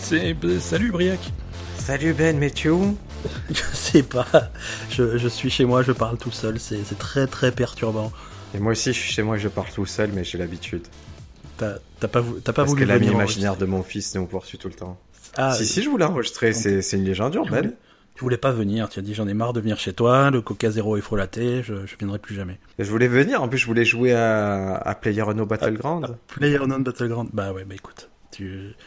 C'est... euh, Salut Briac Salut Ben, mais tu es où Je sais pas. Je, je suis chez moi, je parle tout seul. C'est c'est très très perturbant. Et moi aussi, je suis chez moi, je parle tout seul, mais j'ai l'habitude. T'as t'as pas, vou- t'as pas Parce voulu que l'ami venir imaginaire enregistrer. de mon fils nous poursuit tout le temps. Ah, euh, si, si, je voulais enregistrer, c'est c'est une légende urbaine. Tu voulais pas venir. Tu as dit j'en ai marre de venir chez toi. Le Coca Zéro est frelaté. Je, je viendrai plus jamais. Et Je voulais venir, en plus je voulais jouer à, à Player Unknown Battleground. Player non Battleground. Bah ouais, bah écoute. Tu...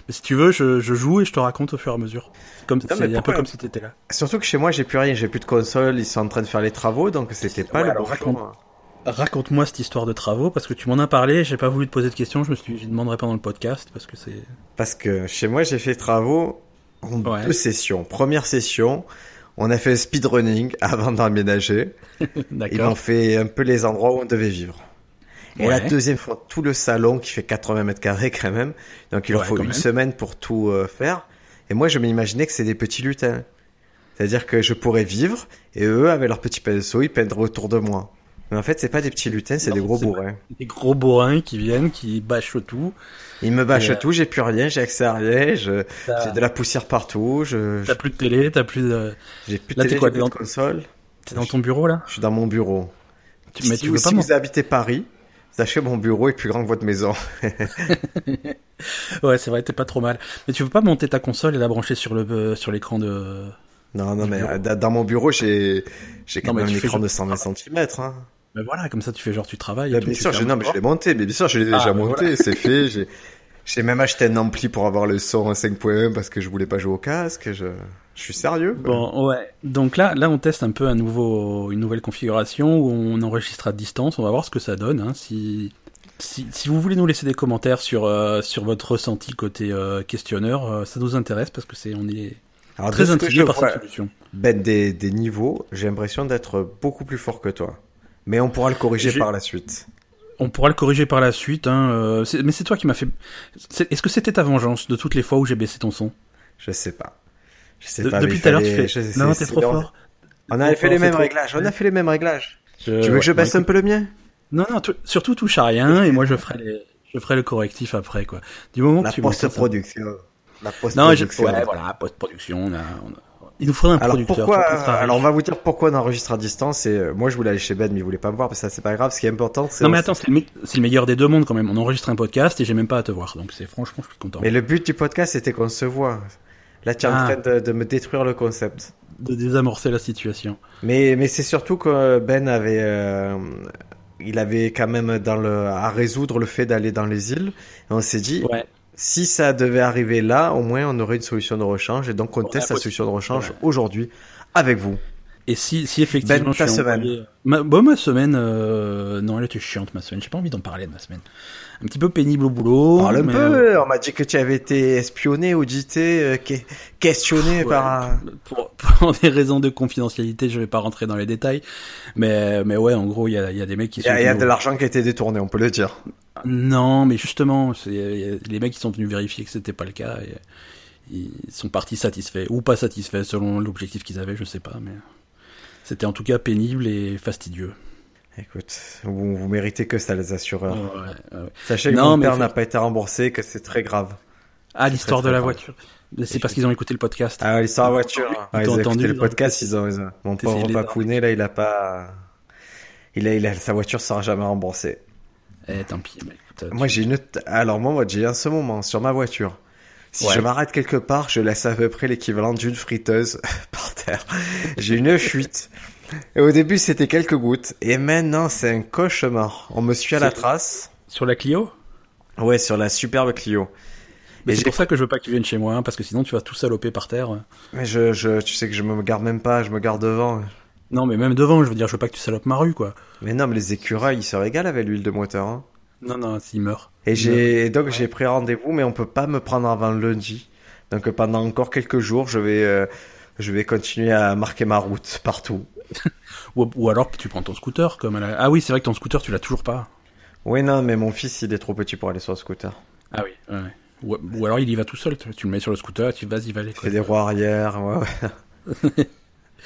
Mais si tu veux, je, je joue et je te raconte au fur et à mesure. Comme Putain, mais c'est un peu pourquoi- comme si t'étais là. Surtout que chez moi j'ai plus rien, j'ai plus de console, ils sont en train de faire les travaux, donc c'était pas Ouais, le alors bon raconte. jour. Raconte-moi cette histoire de travaux parce que tu m'en as parlé. J'ai pas voulu te poser de questions. Je me suis, dit, j'y demanderai pendant le podcast parce que c'est. Parce que chez moi j'ai fait les travaux en Ouais. deux sessions. Première session, on a fait un speedrunning avant d'emménager. Ils D'accord. m'ont fait un peu les endroits où on devait vivre. Et la Ouais. deuxième fois, tout le salon qui fait 80 mètres carrés quand même. Donc il leur Ouais, faut quand une même. semaine pour tout euh, faire. Et moi, je m'imaginais que c'est des petits lutins. C'est-à-dire que je pourrais vivre et eux, avec leur petit pinceau, ils peindraient autour de moi. Mais en fait, c'est pas des petits lutins, c'est Non, des gros c'est bourrins. Des gros bourrins qui viennent, qui bâchent tout. Ils me bâchent Et, euh, tout, j'ai plus rien, j'ai accès à rien, je- T'as- j'ai de la poussière partout, je, T'as plus de télé, t'as plus de... j'ai plus de Là, t'es télé, quoi, j'ai plus t'es de dans- console. T'es dans ton bureau là Je suis dans mon bureau. Tu- Mais si tu veux si pas vous m'en- habitez Paris, sachez que mon bureau est plus grand que votre maison. Ouais, c'est vrai, t'es pas trop mal. Mais tu veux pas monter ta console et la brancher sur le euh, sur l'écran de... Non, non, Du mais bureau. euh, da- dans mon bureau, j'ai j'ai Non, quand mais même un tu fais écran genre- de 120 cm. Hein. Ben voilà, comme ça tu fais genre tu travailles. et Bah, tout, bien tu sûr, je, fermes non, mais je le l'ai monté, mais bien sûr, je l'ai Ah, déjà bah monté, c'est fait. J'ai j'ai même acheté un ampli pour avoir le son en 5.1 parce que je voulais pas jouer au casque. Je, je suis sérieux. quoi. Bon, ouais. Donc là, là, on teste un peu un nouveau, une nouvelle configuration où on enregistre à distance. On va voir ce que ça donne. hein. Si, si, si vous voulez nous laisser des commentaires sur, euh, sur votre ressenti côté euh, questionneur, euh, ça nous intéresse parce que c'est, on est Alors, de très Ah, ce que intrigué je par vois, cette solution. Ben, des, des niveaux, j'ai l'impression d'être beaucoup plus fort que toi. Mais on pourra le corriger J'ai- par la suite. On pourra le corriger par la suite. hein, euh, c'est- mais c'est toi qui m'as fait. c'est- Est-ce que c'était ta vengeance de toutes les fois où j'ai baissé ton son Je sais pas. Je sais De- pas, mais Depuis il tout à l'heure, tu fallait- fais. je sais- non, c'est- t'es trop on- fort. On avait Trop fait fort, les c'est mêmes trop- réglages. On a fait les mêmes réglages. Je- Tu veux ouais, bah, que je baisse bon, un peu le mien Non, non, tout- surtout touche à rien et moi je ferai, les- je ferai le correctif après quoi. Du moment La que tu montes ça, ça- post-production. La Non, je... post-production. ouais, voilà, post-production. on a- on a- Il nous faudrait un Alors producteur. pourquoi ça coûtera rien. Alors on va vous dire pourquoi on enregistre à distance. Et euh, moi je voulais aller chez Ben, mais il voulait pas me voir, parce que ça c'est pas grave. Ce qui est important, c'est. non mais attends, c'est le, me- c'est le meilleur des deux mondes quand même. On enregistre un podcast et j'ai même pas à te voir, donc c'est franchement, je suis content. Mais le but du podcast c'était qu'on se voit. Là tu es en Ah. train de, de me détruire le concept. De désamorcer la situation. Mais mais c'est surtout que Ben avait. euh, Il avait quand même dans le, à résoudre le fait d'aller dans les îles. Et on s'est dit, Ouais. si ça devait arriver là, au moins on aurait une solution de rechange. Et donc on Ouais, teste la possible. solution de rechange Ouais. aujourd'hui avec vous. Et si, si effectivement, Ben, ta je suis semaine. envoyé- Ma, bon, ma semaine, euh, non, elle était chiante ma semaine. J'ai pas envie d'en parler de ma semaine. Un petit peu pénible au boulot. Parle un mais, euh, peu. Oh, On m'a dit que tu avais été espionné, audité, euh, que- questionné Ouais, par un... pour, pour des raisons de confidentialité, je vais pas rentrer dans les détails, mais mais ouais, en gros, il y a, il y a des mecs qui Il sont. y a, il y a venus- de l'argent qui a été détourné, on peut le dire. Non, mais justement, c'est il y a les mecs qui sont venus vérifier que c'était pas le cas et ils sont partis satisfaits ou pas satisfaits selon l'objectif qu'ils avaient, je sais pas, mais c'était en tout cas pénible et fastidieux. Écoute, vous, vous méritez que ça, les assureurs. Ouais, ouais. Sachez que Non, mon mais père fait- n'a pas été remboursé, que c'est très grave. Ah, l'histoire très, de la très grave. voiture. Mais C'est parce qu'ils ont écouté le podcast. Ah, l'histoire de la voiture. entendu. Ah, Ils ils t'ont ont entendu, écouté le ils ont podcast, ils ont, ils ont- Mon T'essayes de pauvre les papounet, là, il a pas... Il a, il a, sa voiture sera jamais remboursée. Eh, tant pis. mais écoute, Moi, j'ai une... t- Alors, moi, moi, j'ai en ce moment, sur ma voiture, si Ouais. je m'arrête quelque part, je laisse à peu près l'équivalent d'une friteuse par terre. J'ai une fuite. Et au début, c'était quelques gouttes. Et maintenant, c'est un cauchemar. On me suit à la C'est- trace. sur la Clio. Ouais, sur la superbe Clio. Mais Et c'est j'ai- pour ça que je veux pas que tu viennes chez moi, hein, parce que sinon tu vas tout saloper par terre. Mais je, je, tu sais que je me garde même pas, je me garde devant. Non, mais même devant, je veux dire, je veux pas que tu salopes ma rue, quoi. Mais non, mais les écureuils, ils se régalent avec l'huile de moteur. hein. Non, non, s'il meurt. Et Il j'ai, et donc j'ai pris rendez-vous, mais on peut pas me prendre avant lundi. Donc euh, pendant encore quelques jours, je vais, euh, je vais continuer à marquer ma route partout. Ou, ou alors tu prends ton scooter comme à la... Ah oui, c'est vrai que ton scooter tu l'as toujours pas. Oui, non, mais mon fils, il est trop petit pour aller sur le scooter. Ah oui. Ouais. Ou, ou alors il y va tout seul, tu tu le mets sur le scooter, tu vas y va aller. Il quoi. fait des roues arrière. ouais, ouais.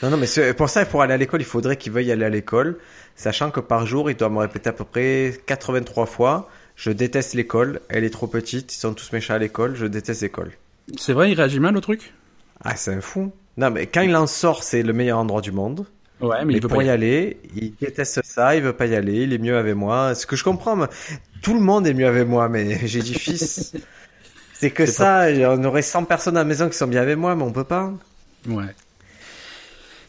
non, non, mais c'est- pour ça, pour aller à l'école, il faudrait qu'il veuille aller à l'école, sachant que par jour, il doit me répéter à peu près 83 fois Je déteste l'école, elle est trop petite, ils sont tous méchants à l'école, je déteste l'école. C'est vrai, il réagit mal au truc Ah, c'est un fou. Non, mais quand il en sort, c'est le meilleur endroit du monde. Ouais, mais Mais il veut pour pas y y aller. aller, il déteste ça, il veut pas y aller, il est mieux avec moi. Ce que je comprends, mais tout le monde est mieux avec moi, mais j'ai dit fils. C'est que C'est ça, on aurait 100 personnes à la maison qui sont bien avec moi, mais on peut pas. Ouais.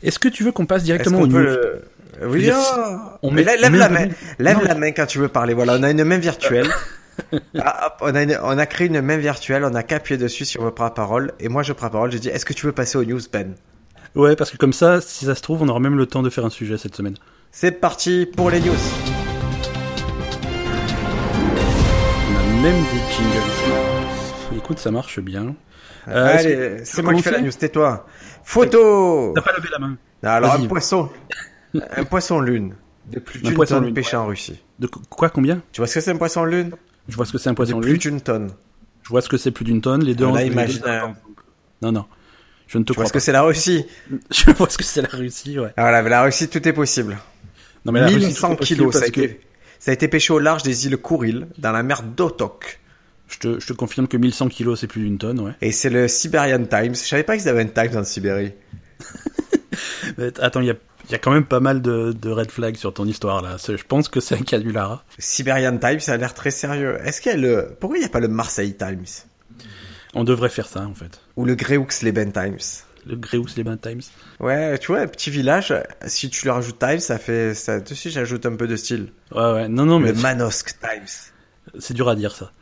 Est-ce que tu veux qu'on passe Est-ce directement qu'on au peut news le... Oui, dire, ah. on Mais met- lè- lève on met la le main, bouton. lève Non. la main quand tu veux parler. Voilà, on a une main virtuelle. Ah, hop, on, a une- on a créé une main virtuelle, on a qu'appuyé dessus si on veut prendre la parole. Et moi, je prends la parole, je dis, est-ce que tu veux passer aux news, Ben Ouais, parce que comme ça, si ça se trouve, on aura même le temps de faire un sujet cette semaine. C'est parti pour les news. On a même des jingles. Écoute, ça marche bien. Euh, est-ce que- Allez, c'est moi qui fais la commencer news, tais-toi. Photo T'as pas levé la main. Alors, Vas-y. un poisson. un poisson lune. De plus d'une poisson tonne lune, pêché ouais. en Russie. De qu- quoi, combien Tu vois ce que c'est un poisson lune Je vois ce que c'est un De poisson plus lune. d'une tonne. Je vois ce que c'est plus d'une tonne. Les deux Là, les deux- imagine, euh, Non, non. Je ne te Tu vois crois ce que pas. c'est la Russie Je vois ce que c'est la Russie, ouais. Voilà, mais la Russie, tout est possible. Non, la Russie, 1100 c'est possible kilos, ça a, parce que été, ça a été pêché au large des îles Kouril, dans la mer d'Otok. Je te, je te confirme que 1100 kilos, c'est plus d'une tonne, ouais. Et c'est le Siberian Times. Je savais pas qu'ils avaient un Times en Sibérie. Mais attends, il y a, il y a quand même pas mal de, de red flags sur ton histoire, là. C'est- Je pense que c'est un canular. Siberian Times, ça a l'air très sérieux. Est-ce qu'il y a le... Pourquoi il n'y a pas le Marseille Times On devrait faire ça, en fait. Ou le Greux-Leben Times Le Greus les Bains Times. Ouais, tu vois, un petit village, si tu lui rajoutes Times, ça fait... Ça, dessus, j'ajoute un peu de style. Ouais, ouais. Non, non, mais Le Manosque Times. c'est dur à dire, ça.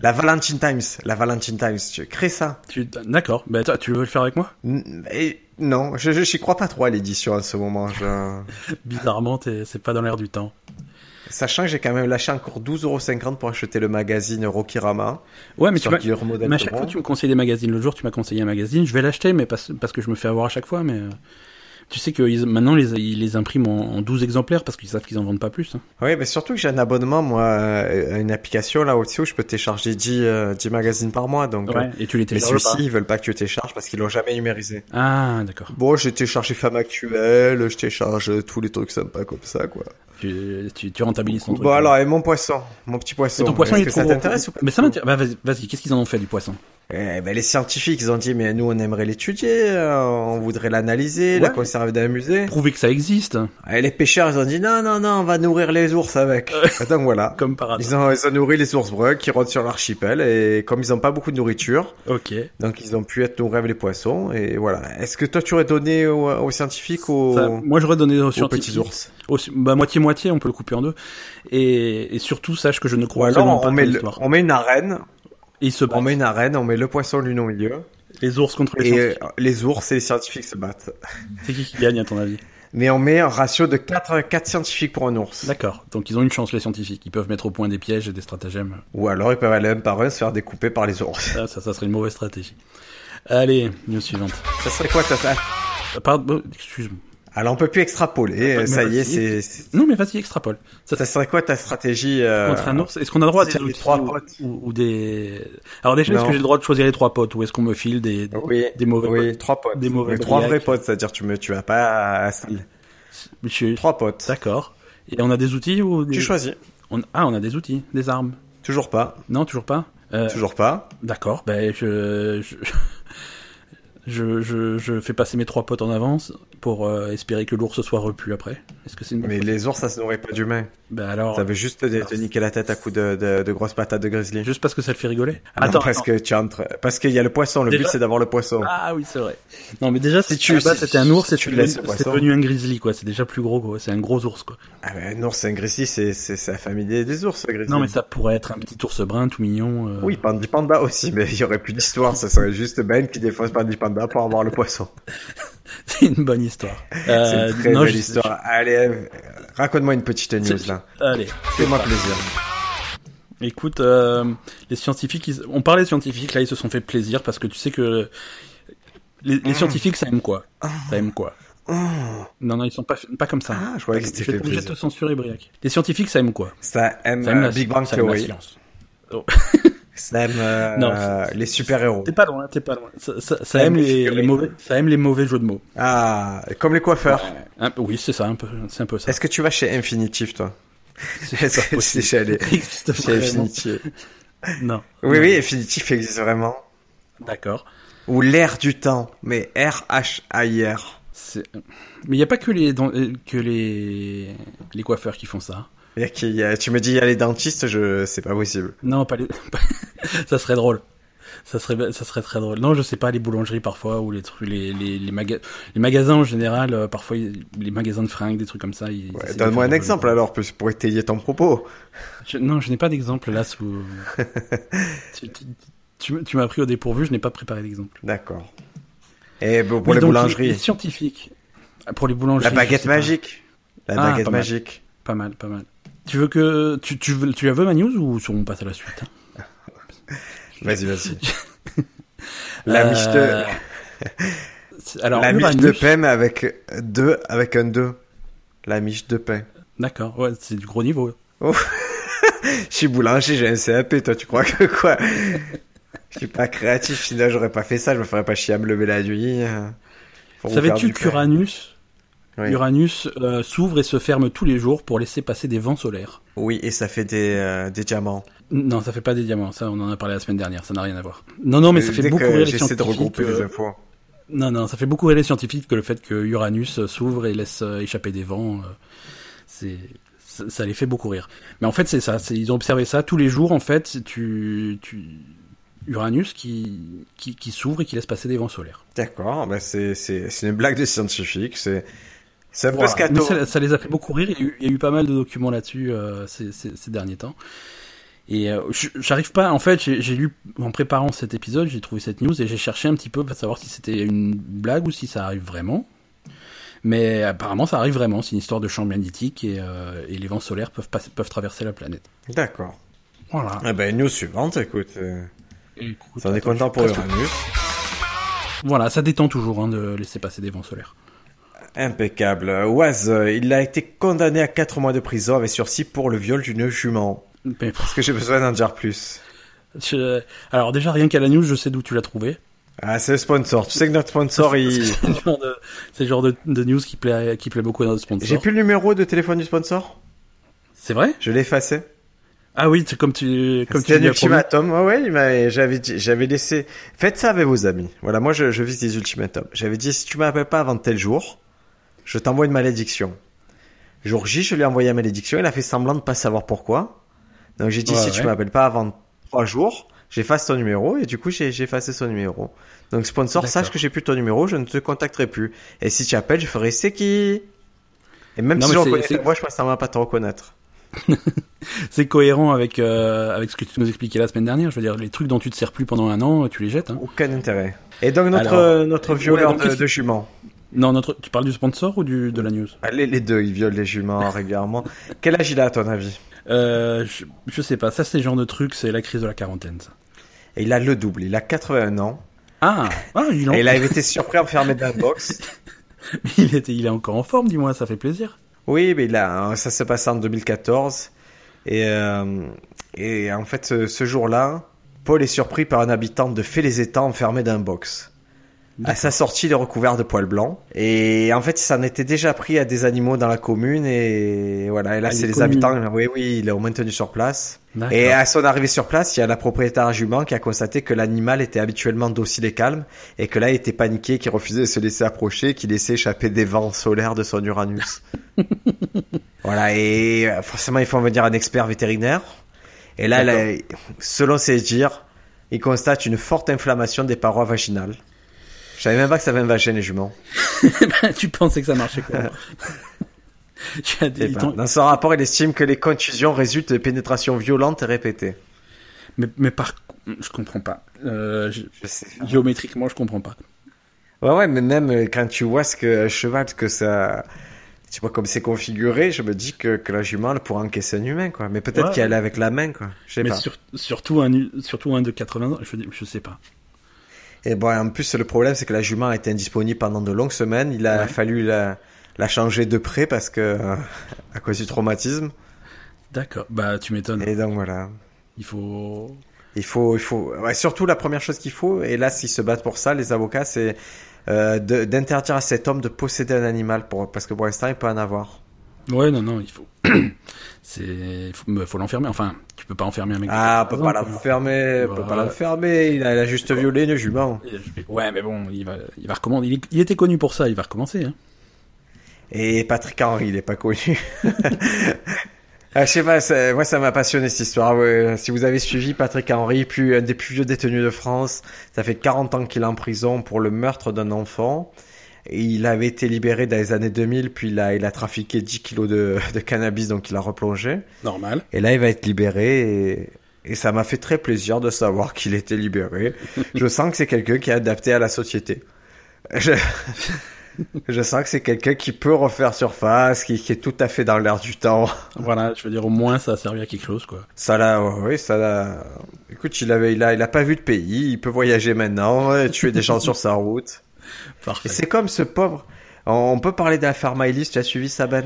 La Valentine Times. La Valentine Times. Tu crées ça Tu- D'accord. Bah, toi, tu veux le faire avec moi N- et- Non, je je- j'y crois pas trop à l'édition en ce moment. Je... Bizarrement, t'es- c'est pas dans l'air du temps. Sachant que j'ai quand même lâché encore 12,50€ pour acheter le magazine Rokirama. Ouais, Ah, mais tu sur m'as... qui le remodèle Mais à chaque Torrent. fois, tu me conseilles des magazines. Le jour, tu m'as conseillé un magazine. Je vais l'acheter, mais parce, parce que je me fais avoir à chaque fois. Mais euh, tu sais que ils- maintenant, les, ils les impriment en, en 12 exemplaires parce qu'ils savent qu'ils en vendent pas plus. hein. Oui, mais surtout que j'ai un abonnement, moi, euh, à une application là au-dessus où je peux télécharger 10, euh, 10 magazines par mois. Donc, euh, Et tu les mais télécharges celui-ci, ils veulent pas que tu télécharges parce qu'ils l'ont jamais numérisé. pas. Ah, d'accord. Bon, j'ai téléchargé Femme Actuelle, je télécharge euh, tous les trucs sympas comme ça, quoi. Tu, tu, tu rentabilises ton Bon, truc. Bah, hein. alors, et mon poisson, mon petit poisson. Et ton poisson, est-ce il est que trop ça gros. t'intéresse ou pas Mais ça m'intéresse. Bah, vas-y, vas-y, qu'est-ce qu'ils en ont fait du poisson Eh ben, les scientifiques, ils ont dit, mais nous, on aimerait l'étudier, euh, on voudrait l'analyser, la Ouais. conserver dans un musée. Prouver que ça existe, hein, Et les pêcheurs, ils ont dit, non, non, non, on va nourrir les ours avec. Euh. Donc voilà. comme par hasard. Ils ont, ils ont nourri les ours bruns qui rôdent sur l'archipel et comme ils n'ont pas beaucoup de nourriture, Ok. donc ils ont pu être nourris avec les poissons et voilà. Est-ce que toi tu aurais donné aux, aux scientifiques aux, Ça, moi, je redonnais aux aux scientifiques. petits ours Au- bah, moitié-moitié, on peut le couper en deux. Et, et surtout, sache que je ne Ou crois absolument alors pas on à met, ton le- histoire. on met une arène, Et ils se on battent. met une arène, on met le poisson lune au milieu Les ours contre les et euh, scientifiques. les ours et les scientifiques se battent. C'est qui qui gagne, à ton avis Mais on met un ratio de 4, 4 scientifiques pour un ours. D'accord. Donc ils ont une chance les scientifiques. Ils peuvent mettre au point des pièges et des stratagèmes. Ou alors ils peuvent aller un par un se faire découper par les ours. Ça, ça, ça serait une mauvaise stratégie. Allez, news suivante. Ça serait quoi ta ta- Euh, Pardon, oh, excuse-moi. Alors on peut plus extrapoler, Mais euh, ça y vas-y. est, c'est... c'est- Non mais vas-y, extrapole. Ça, Ça serait quoi ta stratégie euh, contre un ours. Est-ce qu'on a le droit à si des t'as les outils trois ou- potes. ou, ou des Alors déjà, est-ce Non. que j'ai le droit de choisir les trois potes ou est-ce qu'on me file des, des- Oui. des mauvais oui, potes trois potes. Des mauvais Mais trois briaques. vrais potes, c'est-à-dire tu me tu vas pas à Salle. Je suis- Trois potes. D'accord. Et on a des outils ou des... Tu choisis. on... Ah, on a des outils, des armes. Toujours pas. Non, toujours pas. Euh, Toujours pas. D'accord. Ben je je... je je je fais passer mes trois potes en avance pour euh, espérer que l'ours soit repu après. Est-ce que c'est une bonne Mais les ours, ça se nourrit pas d'humains. Bah alors, Ça veut juste te, te niquer la tête à coups de, de, de grosses patates de grizzly. juste parce que ça le fait rigoler. Non, attends, Ah, parce attends. que tu entres. Parce qu'il y a le poisson. Le Déjà- but c'est d'avoir le poisson. Ah oui, c'est vrai. Non, mais déjà, si tu tu- là si- c'était un ours, si c'est tu devenu, laisses le c'est poisson. devenu un grizzly, quoi. C'est déjà plus gros, quoi. C'est un gros ours, quoi. Ah ben un ours, un grizzly, c'est c'est c'est la famille des, des ours, le grizzly. Non, mais ça pourrait être un petit ours brun, tout mignon. euh. Oui, Pandi Panda aussi, mais il y aurait plus d'histoire. Ça serait juste Ben qui défonce Pandi Panda pour avoir le poisson. c'est une bonne histoire. C'est Euh, une très non, belle je- histoire. Allez, euh, raconte-moi une petite news C'est- là. je- Allez, Fais-moi plaisir. écoute, euh, les scientifiques, ils- on parlait des scientifiques, là, ils se sont fait plaisir parce que tu sais que les, les scientifiques, ça aime quoi Ça aime quoi Non, non, ils sont pas, pas comme ça. Ah, je croyais que je vais c'était fait être obligé de plaisir. te censurer, Briac. Les scientifiques, ça aime quoi Ça aime, Ça aime euh, la- Big Bang ça aime la Theory. science. Ça aime euh, Non, euh, les super-héros. T'es pas loin, t'es pas loin. Ça, ça- ça La aime les, moucherie. les mauvais, ça aime les mauvais jeux de mots. Ah, comme les coiffeurs. Un peu- oui, c'est ça, un peu, c'est un peu ça. Est-ce que tu vas chez Infinitif, toi Est-ce que c'est possible. chez allé- Ça existe chez vraiment. Affinity Non. Oui, Non. oui, Infinitif existe vraiment. D'accord. Ou l'air du temps, mais R-H-A-I-R. C'est- Mais il n'y a pas que les dans- euh, que les les coiffeurs qui font ça. Il y a qui- il y a- Tu me dis, il y a les dentistes, je... c'est pas possible. Non, pas les. ça serait drôle. Ça serait, ça serait très drôle. Non, je sais pas, les boulangeries parfois, ou les trucs, les, les, les, maga- les magasins en général, euh, parfois, ils- les magasins de fringues, des trucs comme ça. ils- ils Ouais, essaient de Donne-moi faire un drôle. exemple alors, plus- pour étayer ton propos. Je- non, je n'ai pas d'exemple là sous. tu tu- tu m- tu m'as pris au dépourvu, je n'ai pas préparé d'exemple. D'accord. Et bon, pour Oui, les donc, les- les boulangeries, scientifiques. Ah, Pour les boulangeries. la je baguette sais pas. magique. La Ah, baguette pas mal. magique. Pas mal, pas mal. Tu veux que. Tu, tu, veux, tu la veux ma news ou sur- on passe à la suite hein Vas-y, vas-y. la miche de, Euh, Alors, la miche de Uranus- pain mais avec deux, avec un 2. La miche de pain. D'accord, ouais, c'est du gros niveau. Je suis boulanger, j'ai un CAP, toi tu crois que quoi Je suis pas créatif, sinon j'aurais pas fait ça, je me ferais pas chier à me lever la nuit. euh, pour vous faire Savais-tu du pain. qu'Uranus Oui. Uranus euh, s'ouvre et se ferme tous les jours pour laisser passer des vents solaires Oui, et ça fait des, euh, des diamants. N- Non, ça fait pas des diamants, ça on en a parlé la semaine dernière, ça n'a rien à voir. Non, non, mais ça Euh, fait dès beaucoup que rire les J'essaie scientifiques. de regrouper les euh, infos. non, non, ça fait beaucoup rire les scientifiques que le fait que Uranus euh, s'ouvre et laisse euh, échapper des vents, euh, c'est ça, ça les fait beaucoup rire. Mais en fait, c'est ça, c'est- ils ont observé ça tous les jours. En fait, tu, tu Uranus qui qui, qui s'ouvre et qui laisse passer des vents solaires. D'accord, bah c'est c'est- c'est une blague de scientifique, c'est c'est un peu Voilà. Mais scato. ça, ça les a fait beaucoup rire. Il y a eu, il y a eu pas mal de documents là-dessus euh, ces, ces- ces derniers temps. Et euh, je- j'arrive pas. En fait, j'ai j'ai lu en préparant cet épisode, j'ai trouvé cette news et j'ai cherché un petit peu pour savoir si c'était une blague ou si ça arrive vraiment. Mais apparemment, ça arrive vraiment. C'est une histoire de champ magnétique et, euh, et les vents solaires peuvent, passer- peuvent traverser la planète. D'accord. Voilà. Eh ben, news suivante, écoute. euh, Écoute, T'en es content pour presque- Uranus. Voilà, ça détend toujours hein, de laisser passer des vents solaires. Impeccable. Oise, euh, il a été condamné à 4 mois de prison avec sursis pour le viol d'une jument. Mais, pff, Est-ce que j'ai besoin d'en dire plus je- Alors déjà, rien qu'à la news, je sais d'où tu l'as trouvé. Ah, c'est le sponsor. Tu sais que notre sponsor, il... C'est le genre de, c'est le genre de, de news qui plaît, qui plaît beaucoup à notre J'ai sponsor. plus le numéro de téléphone du sponsor C'est vrai Je l'ai effacé. Ah oui, c'est comme tu, comme tu C'était un lui as promis. ultimatum. Ouais, ouais, il m'a- j'avais dit- j'avais laissé... Faites ça avec vos amis. Voilà, moi, je, je vis des ultimatums. J'avais dit, si tu m'appelles pas avant tel jour, je t'envoie une malédiction. Jour J, je lui ai envoyé la malédiction. Il a fait semblant de pas savoir pourquoi. Donc, j'ai dit, Ouais, si tu ouais. m'appelles pas avant trois jours, j'efface ton numéro. Et du coup, j'ai j'ai effacé son numéro. Donc, sponsor, sache D'accord. que j'ai plus ton numéro. Je ne te contacterai plus. Et si tu appelles, je ferai c'est qui Et même Non, mais si je c'est- reconnais c'est- ta voix, je pense que ça va pas te reconnaître. C'est cohérent avec, euh, avec ce que tu nous expliquais la semaine dernière. Je veux dire, les trucs dont tu te sers plus pendant un an, tu les jettes. hein. Aucun intérêt. Et donc notre, Alors, euh, notre voilà, violeur donc, de, qu'est-ce de juments. Non, notre, tu parles du sponsor ou du, de la news Allez, les deux, ils violent les juments régulièrement. Quel âge il a à ton avis euh, je, je sais pas. Ça, c'est le genre de truc, c'est la crise de la quarantaine. ça. Et il a le double, il a 81 ans. Ah, ah il, en- Et il avait été surpris enfermé dans la box. il, était, il est encore en forme, dis-moi, ça fait plaisir. Oui, mais là, hein, ça se passait en 2014. Et, euh, et en fait, ce, ce jour-là, Paul est surpris par un habitant de Fais-les-Étangs enfermé dans un box. À sa sortie, il est recouvert de poils blancs. Et en fait, il s'en était déjà pris à des animaux dans la commune. Et voilà, et là, Ah, c'est les les communes. habitants. Oui, oui, ils l'ont maintenu sur place. D'accord. Et à son arrivée sur place, il y a la propriétaire à jument qui a constaté que l'animal était habituellement docile et calme, et que là, il était paniqué, qu'il refusait de se laisser approcher, qu'il laissait échapper des vents solaires de son Uranus. voilà, et euh, forcément, il faut venir un expert vétérinaire. Et là, D'accord. là, selon ses dires, il constate une forte inflammation des parois vaginales. Je savais même pas que ça avait un vagin, les juments. euh, tu pensais que ça marchait comment Tu as des- Et ils ben, t'ont- Dans son rapport, il estime que les contusions résultent de pénétrations violentes et répétées. mais, mais par, co- je comprends pas. Euh, je- Je sais. géométriquement, je comprends pas. Ouais, ouais, mais même euh, quand tu vois ce que un cheval, que ça. Tu vois comme c'est configuré, je me dis que, que la jumelle pourrait encaisser un humain, quoi. Mais peut-être Ouais. qu'elle est avec la main, quoi. Je sais Mais pas. sur- surtout, un, nu- surtout un de 80 ans, je, je sais pas. Et bon, en plus, le problème, c'est que la jument a été indisponible pendant de longues semaines. Il a Ouais. fallu la, la changer de près parce que. euh, à cause du traumatisme. D'accord, bah tu m'étonnes. Et donc, voilà. Il faut. Il faut, il faut. ouais, surtout la première chose qu'il faut, et là s'ils se battent pour ça, les avocats, c'est euh, de- d'interdire à cet homme de posséder un animal, pour, parce que pour l'instant il peut en avoir. Ouais, non, non, il faut. c'est il faut, mais faut l'enfermer. Enfin, tu peux pas enfermer un mec. de 14 Ah, peut pas ans, l'enfermer, Bah. peut pas l'enfermer, il a, il a juste violé une jument. quoi. Ouais, mais bon, il va, il va recommencer. Il, est- il était connu pour ça, il va recommencer. Hein. Et Patrick Henry, il est pas connu. Ah, je sais pas, ça- moi ça m'a passionné cette histoire. ouais. Si vous avez suivi Patrick Henry, plus, un des plus vieux détenus de France, ça fait 40 ans qu'il est en prison pour le meurtre d'un enfant. Et il avait été libéré dans les années 2000, puis il a, il a trafiqué 10 kilos de, de cannabis, donc il a replongé. Normal. Et là, il va être libéré. Et, et ça m'a fait très plaisir de savoir qu'il était libéré. Je sens que c'est quelqu'un qui est adapté à la société. Je, je sens que c'est quelqu'un qui peut refaire surface, qui, qui est tout à fait dans l'air du temps. Voilà, je veux dire, au moins ça a servi à quelque chose, quoi. Ça là, ouais, ouais, ça là. Écoute, il avait, il a, il a pas vu de pays. Il peut voyager maintenant, euh, tuer des gens sur sa route. Et Parfait. c'est comme ce pauvre. On on peut parler d'affaire Mylis. Tu as suivi ça, Ben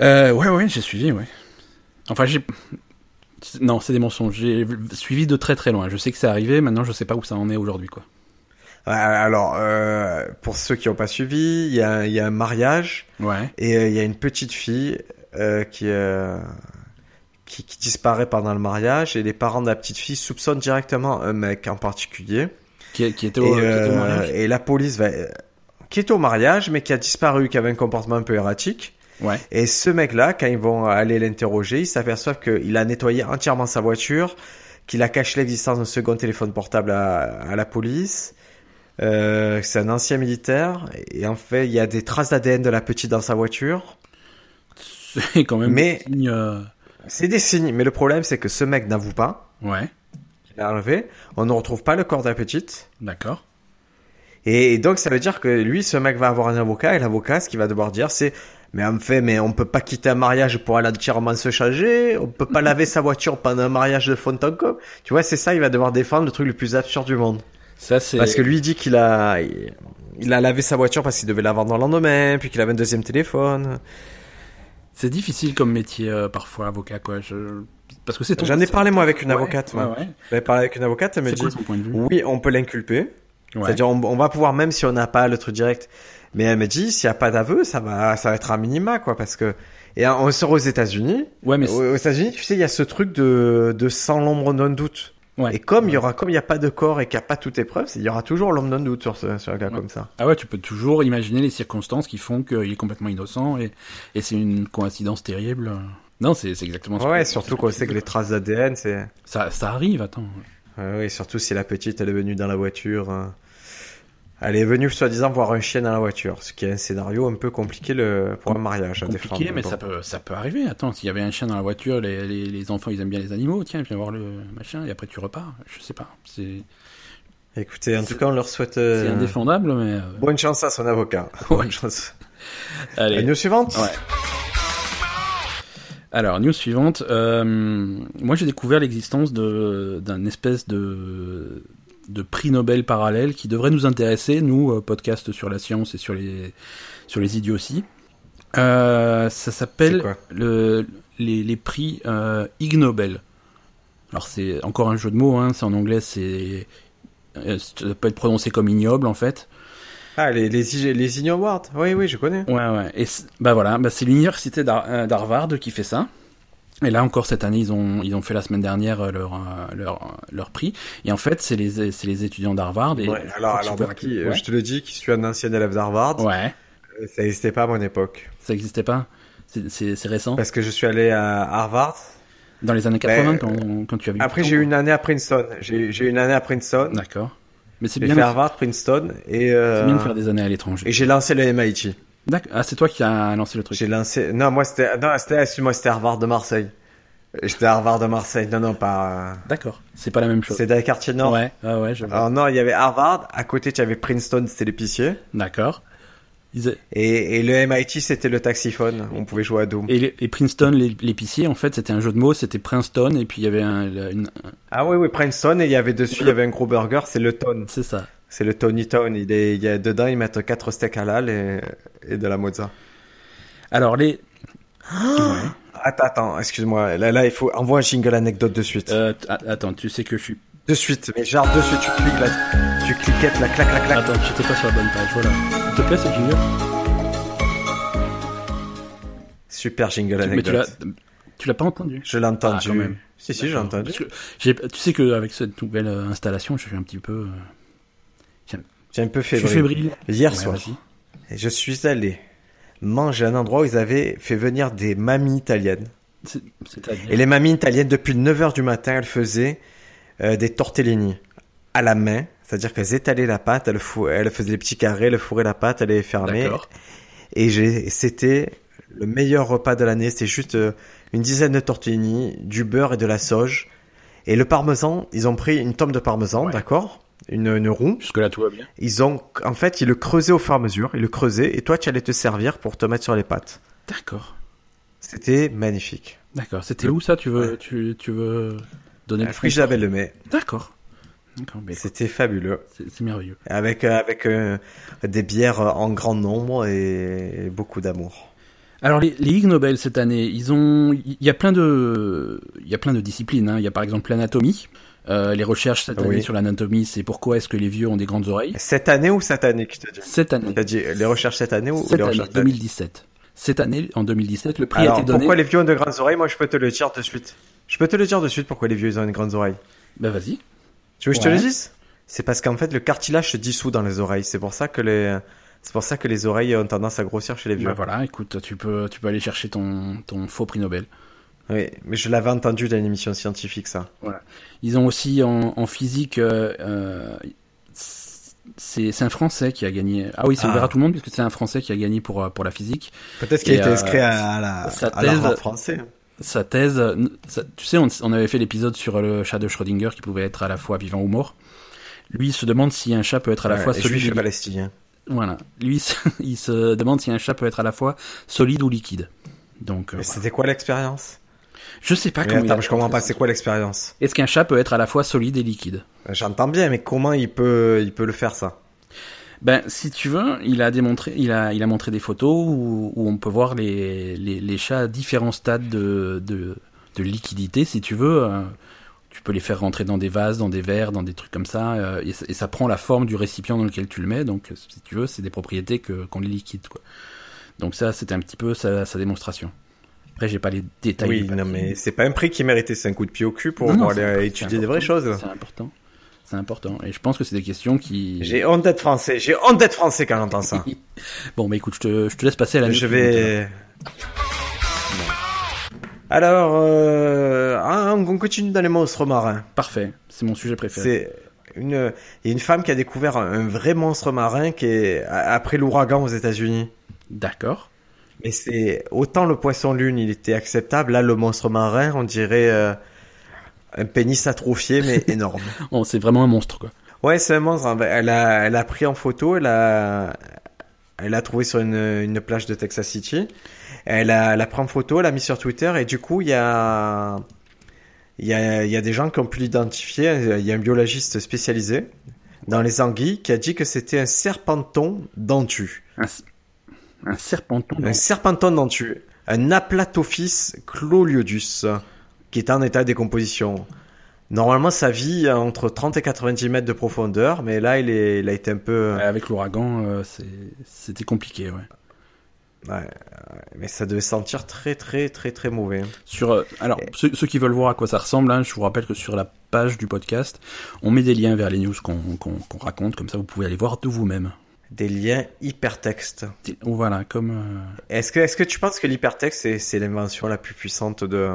Euh, ouais, ouais, j'ai suivi, ouais. Enfin, j'ai. Non, c'est des mensonges. J'ai suivi de très très loin. Je sais que c'est arrivé, maintenant je sais pas où ça en est aujourd'hui, quoi. Ouais, Alors, euh, pour ceux qui n'ont pas suivi, il y a, il y a un mariage. Ouais. Et euh, il y a une petite fille euh, qui, euh, qui, qui disparaît pendant le mariage et les parents de la petite fille soupçonnent directement un mec en particulier. Qui, qui était Et, au, qui était au euh, mariage. et la police va... qui est au mariage mais qui a disparu, qui avait un comportement un peu erratique. Ouais. Et ce mec-là, quand ils vont aller l'interroger, ils s'aperçoivent qu'il a nettoyé entièrement sa voiture, qu'il a caché l'existence d'un second téléphone portable à, à la police. Euh, c'est un ancien militaire et en fait il y a des traces d'ADN de la petite dans sa voiture. C'est quand même. Mais- un signe, euh, C'est des signes, mais le problème c'est que ce mec n'avoue pas Ouais. qu'il l'a enlevé. On ne retrouve pas le corps de la petite. D'accord. Et donc ça veut dire que lui, ce mec va avoir un avocat et l'avocat, ce qu'il va devoir dire, c'est mais en fait, mais on peut pas quitter un mariage pour aller entièrement se changer. On peut pas laver sa voiture pendant un mariage de fond en comble. Tu vois, c'est ça, il va devoir défendre le truc le plus absurde du monde. Ça, c'est. Parce que lui il dit qu'il a, il a lavé sa voiture parce qu'il devait la vendre le lendemain, puis qu'il avait un deuxième téléphone. C'est difficile comme métier euh, parfois avocat quoi. Je... Parce que c'est ton. J'en ai parlé moi avec une Ouais, avocate. ouais, moi. ouais. J'avais parlé avec une avocate, elle me C'est dit quoi son point de vue oui, on peut l'inculper. Ouais. C'est-à-dire, on, on va pouvoir, même si on n'a pas le truc direct, mais elle me dit, s'il n'y a pas d'aveu, ça va, ça va être un minima, quoi, parce que, et on sort aux États-Unis. Ouais, mais Aux, aux États-Unis, tu sais, il y a ce truc de, de sans l'ombre d'un doute. Ouais. Et comme il y aura, comme il n'y a pas de corps et qu'il n'y a pas toute épreuve, c'est- il y aura toujours l'ombre d'un doute sur, ce- sur un gars Ouais. comme ça. ah ouais, tu peux toujours imaginer les circonstances qui font qu'il est complètement innocent et, et c'est une coïncidence terrible. Non, c'est c'est exactement. ce Ouais, que- surtout qu'on sait que les traces d'ADN, c'est, Ça, ça arrive, attends. Ouais, oui, surtout si la petite, elle est venue dans la voiture. hein. Elle est venue, soi-disant, voir un chien dans la voiture, ce qui est un scénario un peu compliqué le, pour un mariage à Compliqué, défendre. mais Bon. ça peut, ça peut arriver. Attends, s'il y avait un chien dans la voiture, les, les, les enfants ils aiment bien les animaux. Tiens, viens voir le machin et après tu repars. Je sais pas. C'est Écoutez, en tout C'est- cas, on leur souhaite c'est euh, indéfendable, mais. euh, bonne chance à son avocat. Ouais. Bonne chance. La Allez. news suivante Ouais. Alors, news suivante. Euh, moi, j'ai découvert l'existence de- d'un espèce de, de prix Nobel parallèle qui devrait nous intéresser, nous, euh, podcast sur la science et sur les, sur les idioties. Euh, ça C'est s'appelle quoi le, les, les prix euh, Ig Nobel. Alors, c'est encore un jeu de mots, hein, c'est en anglais, c'est. euh, Ça peut être prononcé comme ignoble en fait. Ah, les, les, IG les Igno Awards. Oui, oui, je connais. Ouais, ouais. Et c'est- bah voilà, bah c'est l'université d'Har- euh, d'Harvard qui fait ça. Et là encore cette année, ils ont ils ont fait la semaine dernière euh, leur euh, leur euh, leur prix. Et en fait, c'est les c'est les étudiants d'Harvard. Et Ouais, alors, alors Ouais. pour qui, euh, je te le dis, qui suis un ancien élève d'Harvard, ouais, euh, ça n'existait pas à mon époque. ça existait pas. C'est- C'est c'est récent. Parce que je suis allé à Harvard. Dans les années 80, quand, quand tu avais. euh, Après, j'ai eu une année à Princeton. J'ai j'ai eu une année à Princeton. D'accord. Mais c'est J'ai bien, fait de- Harvard, Princeton, et, c'est euh, bien de faire des années à l'étranger. et j'ai lancé le MIT. D'accord. Ah, c'est toi qui as lancé le truc. J'ai lancé. Non, moi c'était. Non, c'était. Excuse-moi, c'était Harvard de Marseille. J'étais à Harvard de Marseille. Non, non, pas. euh, D'accord. C'est pas la même chose. C'est Ah. dans le quartier nord. Ouais, ouais, ouais, je vois. Alors non, il y avait Harvard, à côté tu avais Princeton, c'était l'épicier, D'accord. Ils a- et, et le MIT c'était le taxiphone, on pouvait jouer à Doom. Et, les- et Princeton, les- l'épicier, en fait, c'était un jeu de mots, c'était Princeton, et puis il y avait un, la- une- Ah oui, oui, Princeton, et il y avait dessus, il y avait un gros burger, c'est le Ton, c'est ça. c'est le Tony Town, il est, il y a, dedans ils mettent 4 steaks halal et, et de la mozza. Alors les, Ah. Attends, attends, excuse-moi, là, là il faut, envoie un jingle anecdote de suite. Euh, t- a- attends, tu sais que je suis. De suite, mais genre de suite, tu cliques là, tu cliquettes là, clac, clac, clac. Attends, j'étais pas sur la bonne page. Voilà. S'il te plaît, c'est Junior. Super jingle Mais tu l'as, anecdote. tu l'as pas entendu. Je l'ai entendu. quand même. si, si, j'ai entendu. Parce que j'ai- tu sais qu'avec cette nouvelle euh, installation, je suis un petit peu. euh, J'ai un peu Je suis fébrile. fébrile. Hier Ouais, soir, vas-y. et je suis allé manger à un endroit où ils avaient fait venir des mamies italiennes. C'est- c'est-à-dire- Et les mamies italiennes, depuis 9h du matin, elles faisaient euh, des tortellini à la main. C'est-à-dire qu'elles étalaient la pâte, elles, fou- elles faisaient des petits carrés, elles fourraient la pâte, elles les fermaient. D'accord. Et j'ai- c'était le meilleur repas de l'année. C'était juste euh, une dizaine de tortellini, du beurre et de la sauge. Et le parmesan, ils ont pris une tombe de parmesan, Ouais. d'accord une, une roue. Jusque-là, tout va bien. Ils ont, en fait, ils le creusaient au fur et à mesure. Ils le creusaient et toi, tu allais te servir pour te mettre sur les pattes. D'accord. C'était magnifique. D'accord. C'était où ça Tu veux, tu, tu veux donner le Puis j'avais le mets. D'accord. D'accord. mais C'était fabuleux. C'est c'est merveilleux. Avec, euh, avec euh, des bières euh, en grand nombre et beaucoup d'amour. Alors les, les Ig Nobel cette année, ils ont, il y a plein de, il y a plein de disciplines. hein. Il y a par exemple l'anatomie. Euh, les recherches cette Ah Oui. année sur l'anatomie, c'est pourquoi est-ce que les vieux ont des grandes oreilles. Cette année ou cette année, que je te dis Cette année, T'as dit les recherches cette année ou cette les année recherches 2017. Cette année, en 2017, le prix a Alors, été donné. pourquoi les vieux ont de grandes oreilles Moi, je peux te le dire de suite. Je peux te le dire de suite pourquoi les vieux ils ont de grandes oreilles. Bah vas-y. Tu veux que je Ouais. te le dise C'est parce qu'en fait, le cartilage se dissout dans les oreilles. C'est pour ça que les, c'est pour ça que les oreilles ont tendance à grossir chez les vieux. Bah voilà, écoute, tu peux, tu peux aller chercher ton, ton faux prix Nobel. Oui, mais je l'avais entendu dans une émission scientifique, ça. Ils ont aussi en, en physique, euh, euh, c'est c'est un Français qui a gagné. Ah oui, c'est Ah. ouvert à tout le monde puisque c'est un Français qui a gagné pour, euh, pour la physique. Peut-être qu'il a Et, été euh, inscrit à, la, sa à la thèse- rare français. sa thèse. euh, sa- tu sais, on, on avait fait l'épisode sur le chat de Schrödinger qui pouvait être à la fois vivant ou mort. Lui, il se demande si un chat peut être à la fois juif et solide. palestinien. Voilà. Lui, il se- il se demande si un chat peut être à la fois solide ou liquide. Donc, euh, voilà. Mais c'était quoi l'expérience je sais pas Mais comment. il Attends, a- je comprends pas. C'est quoi l'expérience Est-ce qu'un chat peut être à la fois solide et liquide Euh, J'entends bien, mais comment il peut, il peut le faire ça Ben, si tu veux, il a démontré, il a, il a montré des photos où, où on peut voir les, les, les chats à différents stades de, de, de liquidité, si tu veux. Euh, Tu peux les faire rentrer dans des vases, dans des verres, dans des trucs comme ça, euh, et, ça- et ça prend la forme du récipient dans lequel tu le mets. Donc, si tu veux, c'est des propriétés que qu'on les liquide, quoi. Donc ça, c'était un petit peu sa, sa démonstration. Après, j'ai pas les détails. Oui, du papier. non, mais c'est pas un prix qui méritait. C'est un coup de pied au cul pour, Non, non, pour c'est aller important, étudier c'est des vraies important, choses. C'est important. C'est important. Et je pense que c'est des questions qui. J'ai honte d'être français. J'ai honte d'être français quand j'entends ça. Bon, bah écoute, je te, je te laisse passer à la. Je news suivante, alors. vais. Alors, euh, ah, on continue dans les monstres marins. Parfait, c'est mon sujet préféré. C'est une, il y a une femme qui a découvert un, un vrai monstre marin qui est a- après l'ouragan aux États-Unis. D'accord. Mais c'est autant le poisson lune, il était acceptable. Là, le monstre marin, on dirait euh, un pénis atrophié mais énorme. Oh, c'est vraiment un monstre, quoi. Ouais, c'est un monstre. hein. Bah, Elle a, elle a pris en photo, elle a, elle a trouvé sur une, une plage de Texas City. Elle a, elle a pris en photo, elle l'a mis sur Twitter et du coup, il y a, il y a, il y a des gens qui ont pu l'identifier. Il y a un biologiste spécialisé dans les anguilles qui a dit que c'était un serpenton dentu. Un, s- un serpenton. Un serpenton dentu. Un Aplatophis clauliodus qui est en état de décomposition. Normalement, ça vit à entre 30 et 90 mètres de profondeur, mais là, il, est, il a été un peu... Ouais, Avec l'ouragan, euh, c'est- c'était compliqué, ouais. Ouais, ouais, mais ça devait sentir très, très, très, très mauvais. Sur, euh, alors, ceux, ceux qui veulent voir à quoi ça ressemble, hein, je vous rappelle que sur la page du podcast, on met des liens vers les news qu'on qu'on- qu'on raconte, comme ça vous pouvez aller voir de vous-même. Des liens hypertextes. Des- Voilà, comme. euh, Est-ce que, est-ce que tu penses que l'hypertexte, c'est, c'est l'invention la plus puissante de,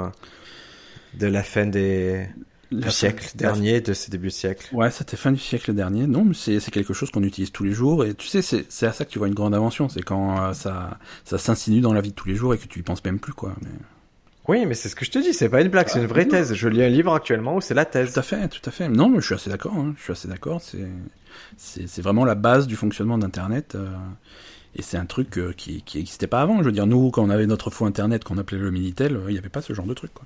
de la fin des, la- du siècle la- dernier, de ce début de siècle Ouais, c'était fin du siècle dernier. Non, mais c'est c'est quelque chose qu'on utilise tous les jours. Et tu sais, c'est c'est à ça que tu vois une grande invention. C'est quand euh, ça, ça s'insinue dans la vie de tous les jours et que tu y penses même plus, quoi. Mais- Oui, mais c'est ce que je te dis, c'est pas une blague, c'est une vraie thèse. Je lis un livre actuellement où c'est la thèse. Tout à fait, tout à fait. Non, mais je suis assez d'accord. hein. Je suis assez d'accord. C'est, c'est, c'est vraiment la base du fonctionnement d'Internet. euh, et c'est un truc euh, qui qui n'existait pas avant. Je veux dire, nous, quand on avait notre faux Internet, qu'on appelait le Minitel, euh, il n'y avait pas ce genre de truc. Quoi.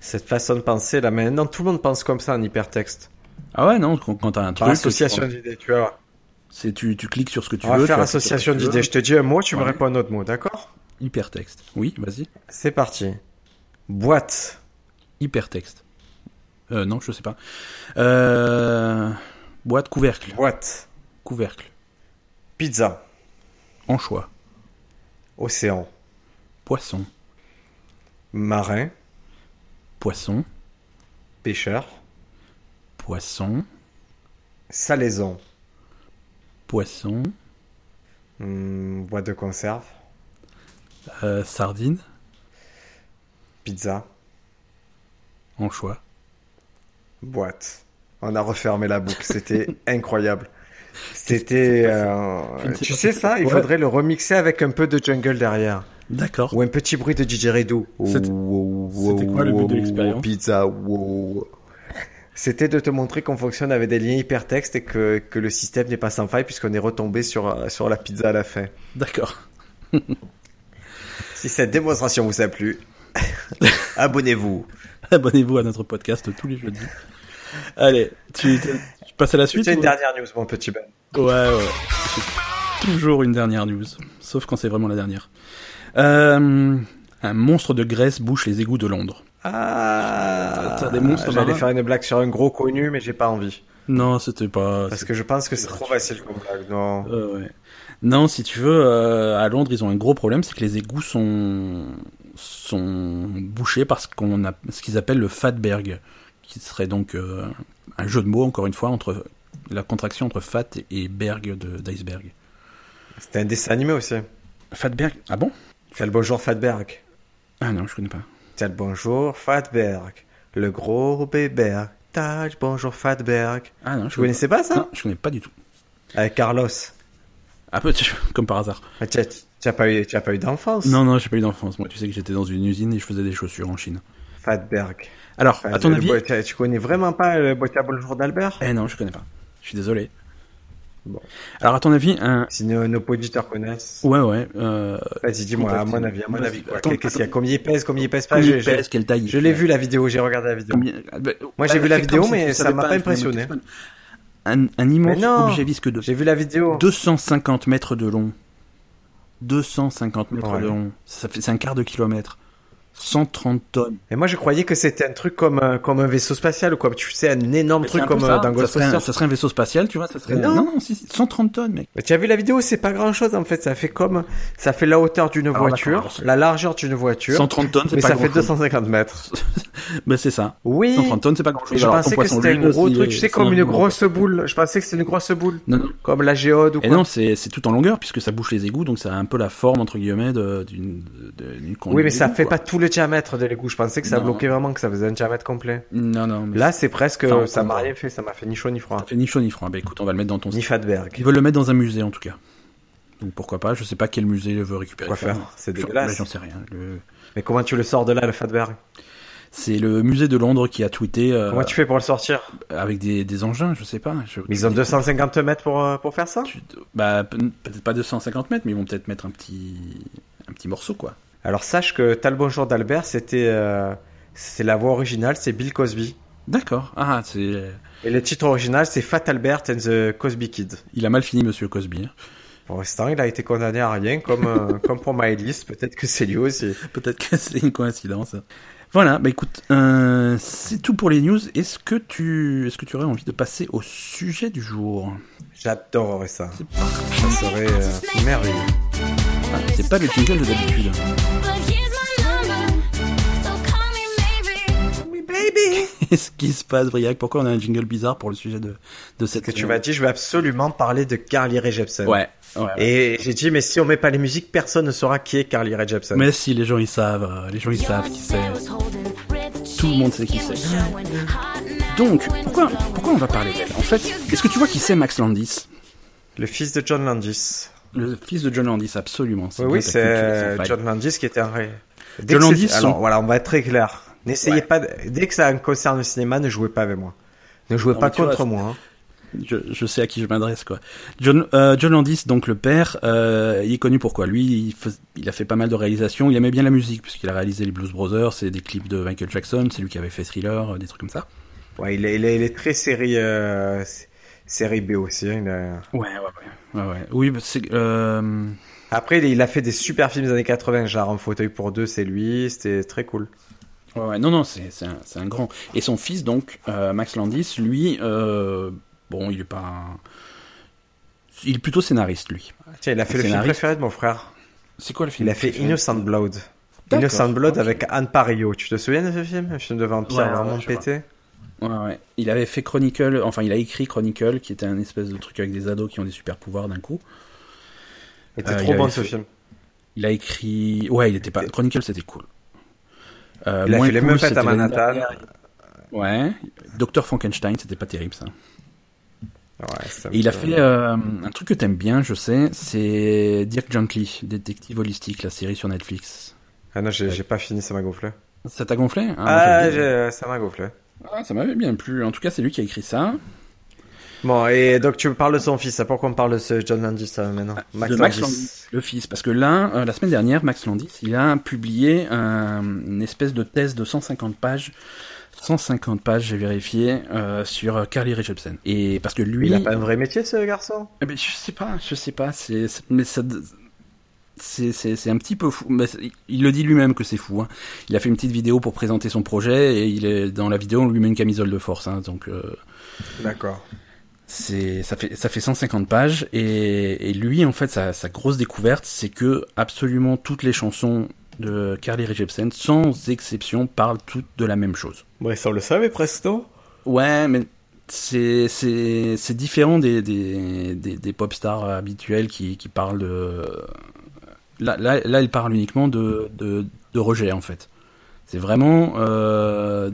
Cette façon de penser, là, maintenant, tout le monde pense comme ça en hypertexte. Ah ouais, non, quand, quand t'as un Par truc. association Tu, d'idées, tu vois. c'est, tu, tu cliques sur ce que tu On veux. va faire tu appuies sur ce que association tu veux. d'idées. Je te dis un mot, tu me Ouais. réponds un autre mot, d'accord Hypertexte. Oui, vas-y. C'est parti. Boîte. Hypertexte. Euh, non, je sais pas. Euh, boîte couvercle. Boîte. Couvercle. Pizza. En choix. Océan. Poisson. Marin, Poisson. pêcheur, Poisson. salaison, Poisson. hmm, boîte de conserve, Euh, sardine. pizza, Anchois. boîte. On a refermé la boucle, c'était incroyable. C'était... euh, Je ne sais Tu pas sais si- ça, il Ouais. faudrait le remixer avec un peu de jungle derrière. D'accord. Ou un petit bruit de DJ Redou. C'était- c'était quoi le but de l'expérience Pizza, wow. C'était de te montrer qu'on fonctionne avec des liens hypertextes et que, que le système n'est pas sans faille puisqu'on est retombé sur, sur la pizza à la fin. D'accord. Si cette démonstration vous a plu, abonnez-vous. Abonnez-vous à notre podcast tous les jeudis. Allez, tu, tu passes à la suite J'ai une ou- dernière news, mon petit Ben. Ouais, ouais. J'ai toujours une dernière news. Sauf quand c'est vraiment la dernière. Euh, un monstre de Grèce bouche les égouts de Londres. Ah, T'as- t'as des monstres Ah, J'allais marins faire une blague sur un gros connu, mais j'ai pas envie. Non, c'était pas. Parce que je pense que c'est trop facile comme blague, non Euh, ouais. Non, si tu veux, euh, à Londres, ils ont un gros problème, c'est que les égouts sont sont bouchés par ce qu'on a, ce qu'ils appellent le fatberg, qui serait donc euh, un jeu de mots encore une fois entre la contraction entre fat et berg de d'iceberg. C'était un dessin animé aussi. Fatberg Ah bon C'est le bonjour Fatberg. Ah non, je connais pas. T'as le bonjour Fatberg, le gros bébé. T'as le bonjour Fatberg. Ah non, je Tu connaissais pas ça Non, je connais pas du tout. Avec Carlos. Ah peu comme par hasard. Ah, T'as t'as pas eu, t'as pas eu d'enfance Non non, j'ai pas eu d'enfance. Moi, tu sais que j'étais dans une usine et je faisais des chaussures en Chine. Fatberg. Alors, Enfin, à ton Ah, le avis boîte à- Tu connais vraiment pas le boîte à bonjour d'Albert Eh non, je connais pas. Je suis désolé. Bon. Alors, à ton avis, un, Si nos, nos auditeurs connaissent. Ouais, ouais. Euh, Vas-y, dis-moi, à Contactez- mon avis, à mon Vas-y, avis. quoi. attends, Qu'est-ce qu'il y a attends. Combien il pèse Combien il pèse pas combien Je, il je- pèse, quelle taille il je l'ai fait, vu la vidéo, j'ai regardé la vidéo. combien- Ah, bah, Moi, j'ai bah, vu la c'est vidéo, comme si mais tu ça savais m'a pas je me impressionné. doute. Un, un immense Mais non. objet visqueux de J'ai vu la vidéo. 250 mètres de long. 250 mètres Ouais. de long. Ça fait, c'est un quart de kilomètre. 130 tonnes. Et moi, je croyais que c'était un truc comme, un- comme un vaisseau spatial ou quoi. Tu sais, un énorme truc C'est un peu comme ça. euh, ça, dans serait un, Ghostbusters. ça serait un vaisseau spatial, tu vois. Ça serait... Mais non. non, non, si, si, 130 tonnes, mec. Mais tu as vu la vidéo, c'est pas grand chose en fait. Ça fait comme. Ça fait la hauteur d'une Alors, voiture, Ah, d'accord, alors, la largeur d'une voiture. 130 tonnes, c'est Mais pas ça grand fait 250 mètres. Ben, c'est ça. Oui. 130 tonnes, c'est pas grand chose. Je pensais que c'était un gros truc, tu sais, comme une grosse boule. Je pensais que c'était une grosse boule. Non, non. Comme la géode ou Et quoi. Eh non, c'est c'est tout en longueur puisque ça bouche les égouts, donc ça a un peu la forme entre guillemets de- d'une de- d'une conduite Oui, mais ça d'égout, fait quoi. pas tout le diamètre de l'égout. Je pensais que ça Non. bloquait vraiment, que ça faisait un diamètre complet. Non, non. Mais Là, c'est presque. Ça, on Ça m'a comprend. rien fait, ça m'a fait ni chaud ni froid. ça fait ni chaud ni froid. Ben écoute, on va le mettre dans ton. Ni Fatberg. Ils veulent le mettre dans un musée en tout cas. Donc pourquoi pas Je sais pas quel musée veut récupérer. Quoi ça. faire C'est J'en- ben, dégueulasse. J'en sais rien. Le- Mais comment tu le sors de là, le Fatberg C'est le musée de Londres qui a tweeté euh, bah, Comment tu fais pour le sortir avec des, des engins, je sais pas. je- Mais ils ont 250 mètres pour, euh, pour faire ça Tu- Bah pe- peut-être pas 250 mètres, mais ils vont peut-être mettre un petit un petit morceau quoi. Alors sache que T'as le bonjour d'Albert, c'était euh, c'est la voix originale, c'est Bill Cosby. D'accord. Ah, c'est Et le titre original, c'est Fat Albert and the Cosby Kid. il a mal fini Monsieur Cosby. hein. Pour l'instant, il a été condamné à rien, comme, euh, comme pour Maëlys. Peut-être que c'est lui aussi. Peut-être que c'est une coïncidence. Voilà, bah écoute, euh, c'est tout pour les news. Est-ce que tu, est-ce que tu aurais envie de passer au sujet du jour J'adorerais ça. C'est pas, Ça serait euh, merveilleux. ah, c'est pas le jingle de d'habitude. Qu'est-ce qui se passe, Briac Pourquoi on a un jingle bizarre pour le sujet de, de cette euh, Que tu m'as dit, je vais absolument parler de Carly Rae Jepsen. Ouais, ouais. ouais. Et j'ai dit, mais si on met pas les musiques, personne ne saura qui est Carly Rae Jepsen. Mais si les gens ils savent, euh, les gens ils savent qui c'est. Tout le monde sait qui c'est. Donc, pourquoi, pourquoi on va parler d'elle En fait, est-ce que tu vois qui c'est Max Landis Le fils de John Landis. Le fils de John Landis, absolument. Oui, bien oui, ta culture, c'est euh, c'est John Landis qui était un ré. Dès John que c'est- Landis, son- Alors voilà, on va être très clair. N'essayez Ouais. pas. de- Dès que ça concerne le cinéma, ne jouez pas avec moi. Ne jouez Non, pas mais tu vois, contre c'est- moi. hein. je, je sais à qui je m'adresse quoi. John, euh, John Landis, donc le père, euh, il est connu pour quoi Lui, il, fais- il a fait pas mal de réalisations. Il aimait bien la musique puisqu'il a réalisé les Blues Brothers, c'est des clips de Michael Jackson, c'est lui qui avait fait Thriller, euh, des trucs comme ça. Ouais, il est, il est- il est très série euh, sé- série B aussi. hein, il a- Ouais, ouais, ouais. ouais, ouais. Oui, bah, c'est euh, Après, il- il a fait des super films des années 80, genre Un fauteuil pour deux, c'est lui. C'était très cool. ouais, ouais. non, non, c'est c'est un, c'est un grand. Et son fils donc euh, Max Landis, lui, euh, bon, il est pas, un- il est plutôt scénariste lui. Tiens, il a fait le film Scénariste. préféré de mon frère. C'est quoi le film Il a fait Innocent Blood. Innocent D'accord, Blood ok. avec Anne Pario. Tu te souviens de ce film Un film de vampire Ouais, ouais, vraiment je vois. pété Ouais, ouais. Il avait fait Chronicle, enfin il a écrit Chronicle, qui était un espèce de truc avec des ados qui ont des super pouvoirs d'un coup. Il était Euh, il trop bon avait ce fait- film. Il a écrit, ouais, il était pas Chronicle, c'était cool. Euh, Il a moins fait les cool, mêmes fêtes c'était à l'année Manhattan. dernière. Ouais. Docteur Frankenstein, c'était pas terrible ça. Ah Ouais, c'est un Et il a peu- fait euh, un truc que t'aimes bien, je sais, c'est Dirk Gently, détective holistique, la série sur Netflix. Ah non, j'ai j'ai pas fini, ça m'a gonflé. Ça t'a gonflé Ah, moi, Ah, j'avais- j'ai- ça m'a gonflé. Ah, ça m'avait bien plu. En tout cas, c'est lui qui a écrit ça. Bon, et donc tu parles de son fils. hein. Pourquoi on parle de ce John Landis euh, maintenant Ah, de Max Landis, le fils. Parce que là, euh, la semaine dernière, Max Landis, il a publié un- une espèce de thèse de 150 pages. 150 pages, j'ai vérifié, euh, sur Carly Richardson. Et parce que lui, Il a pas un vrai métier, ce garçon Eh ben, je sais pas, je sais pas, c'est, c'est- mais ça, c'est, c'est, c'est un petit peu fou. Mais c'est- il le dit lui-même que c'est fou. hein. Il a fait une petite vidéo pour présenter son projet et il est dans la vidéo, on lui met une camisole de force. hein, donc euh, D'accord. c'est, ça fait, ça fait 150 pages et, et lui, en fait, sa, sa grosse découverte, c'est que absolument toutes les chansons de Carly Rae Jepsen, sans exception, parlent toutes de la même chose. Ouais, ça on le savait presque, non Ouais, mais c'est c'est c'est différent des des des, des pop stars habituels qui qui parlent de là là là ils parlent uniquement de de de rejet en fait. C'est vraiment euh,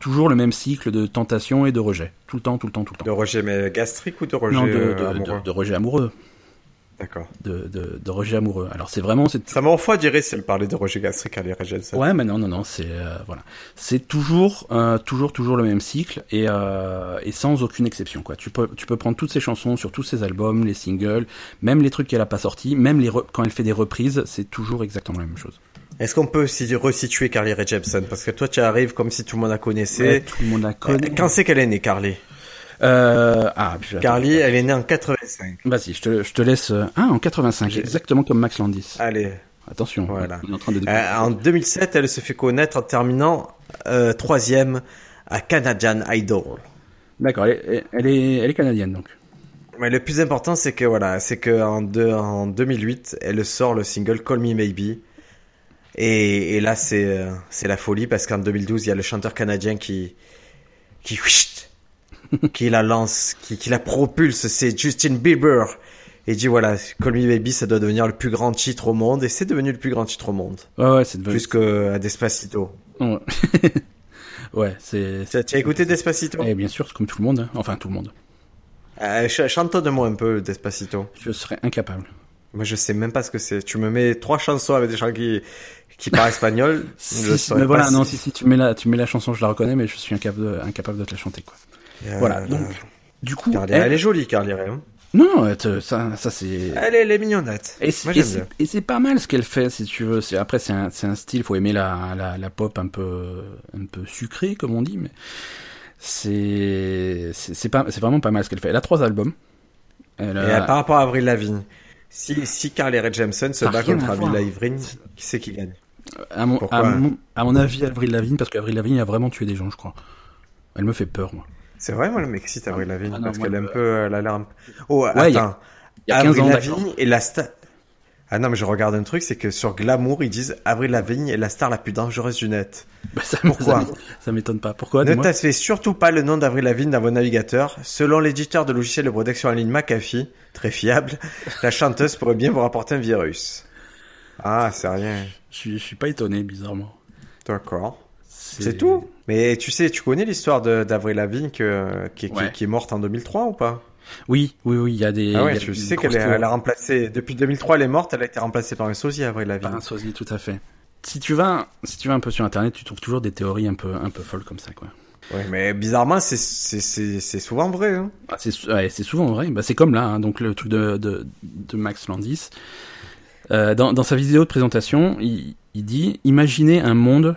toujours le même cycle de tentation et de rejet, tout le temps, tout le temps, tout le De temps. rejet, mais gastrique ou de rejet non, de, euh, de- amoureux de- de rejet amoureux, D'accord. de, de, de rejet amoureux. Alors c'est vraiment c'est Ça m'en fois dirait si elle parlait de rejet gastrique à les Jensen. Ouais, mais non, non, non, c'est euh, voilà, c'est toujours, euh, toujours, toujours le même cycle et, euh, et sans aucune exception quoi. Tu peux, tu peux prendre toutes ses chansons sur tous ses albums, les singles, même les trucs qu'elle a pas sortis, même les re- quand elle fait des reprises, c'est toujours exactement la même chose. Est-ce qu'on peut aussi resituer Carly Rae Jepsen Parce que toi, tu arrives comme si tout le monde la Ouais, connaissait. Euh, tout le monde la connaît. Quand c'est qu'elle est née, Carly Euh, ah, puis attends, Carly, attends. elle est née en 85. Vas-y, je te, je te laisse. euh, Ah, en 85, J'ai- exactement comme Max Landis. Allez. Attention, voilà. on est en train de. Euh, en 2007, elle se fait connaître en terminant euh, troisième à Canadian Idol. D'accord, elle est, elle est, elle est canadienne donc. Mais le plus important, c'est que voilà, c'est que en, deux- en 2008, elle sort le single Call Me Maybe. Et, et là, c'est euh, c'est la folie parce qu'en 2012, il y a le chanteur canadien qui qui whicht, qui la lance, qui, qui la propulse. C'est Justin Bieber. Et dit voilà, Call Me Maybe, ça doit devenir le plus grand titre au monde. Et c'est devenu le plus grand titre au monde, Ouais, ouais, c'est de. plus que euh, Despacito. Ouais, ouais c'est. T'as t'as écouté Despacito Et bien sûr, c'est comme tout le monde, hein. enfin tout le monde. Euh, ch- Chante-moi un peu Despacito. Je serais incapable. Moi, je sais même pas ce que c'est. Tu me mets trois chansons avec des gens qui, qui parlent espagnol. je Si- saurais mais pas voilà, si- non, si, si, tu mets, la, tu mets la chanson, je la reconnais, mais je suis incapable de, incapable de te la chanter, quoi. Euh, voilà, donc, du coup, Carly, elle- elle... est jolie, Carly Rae, hein. Non, non, elle te- ça, ça c'est... Elle est, elle est mignonnette. Et c'est- Moi, et j'aime c'est bien. et c'est pas mal ce qu'elle fait, si tu veux. C'est- Après, c'est un, c'est un style, faut aimer la, la, la pop un peu, un peu sucrée, comme on dit, mais c'est c'est c'est pas- c'est vraiment pas mal ce qu'elle fait. Elle a trois albums. Elle Et a- euh, par rapport à Avril Lavigne, si, si Carly Rae Jepsen se Ça a bat rien contre à Avril voir. Lavigne, qui c'est qui gagne à, mon, pourquoi hein à, mon, à mon avis, Avril Lavigne, parce qu'Avril Lavigne a vraiment tué des gens, je crois. Elle me fait peur, moi. C'est vrai, moi, le m'excite Avril Lavigne, Ah non, parce moi, qu'elle est un euh, peu euh, la larme. Oh, Ouais, y a- attends. Il y a 15 Avril ans, d'accord. Lavigne est la star. Ah non, mais je regarde un truc, c'est que sur Glamour, ils disent Avril Lavigne est la star la plus dangereuse du net. Bah, ça, Pourquoi ça- Ça m'étonne pas. Pourquoi Ne dis-moi tapez surtout pas le nom d'Avril Lavigne dans vos navigateurs. Selon l'éditeur de logiciels de protection en ligne McAfee, très fiable, la chanteuse pourrait bien vous rapporter un virus. Ah, c'est rien. je, suis- je suis pas étonné, bizarrement. D'accord. C'est tout. Mais tu sais, tu connais l'histoire de- d'Avril Lavigne que- qui, qui- Ouais. qui est morte en 2003 ou pas Oui, oui, oui, il y a des. Ah il ouais, y a tu des sais grosses qu'elle est- théories. elle a remplacé. Depuis 2003, elle est morte, elle a été remplacée par un sosie, Avril Par Lavigne. Bah, un sosie, tout à fait. Si tu vas, si tu vas un peu sur internet, tu trouves toujours des théories un peu, un peu folles comme ça, quoi. Ouais, mais bizarrement, c'est- c'est c'est- c'est souvent vrai. hein. Ah, c'est, sou- ouais, c'est souvent vrai. Bah, c'est comme là, hein. donc le truc de, de, de Max Landis. Euh, dans, dans sa vidéo de présentation, il, il dit Imaginez un monde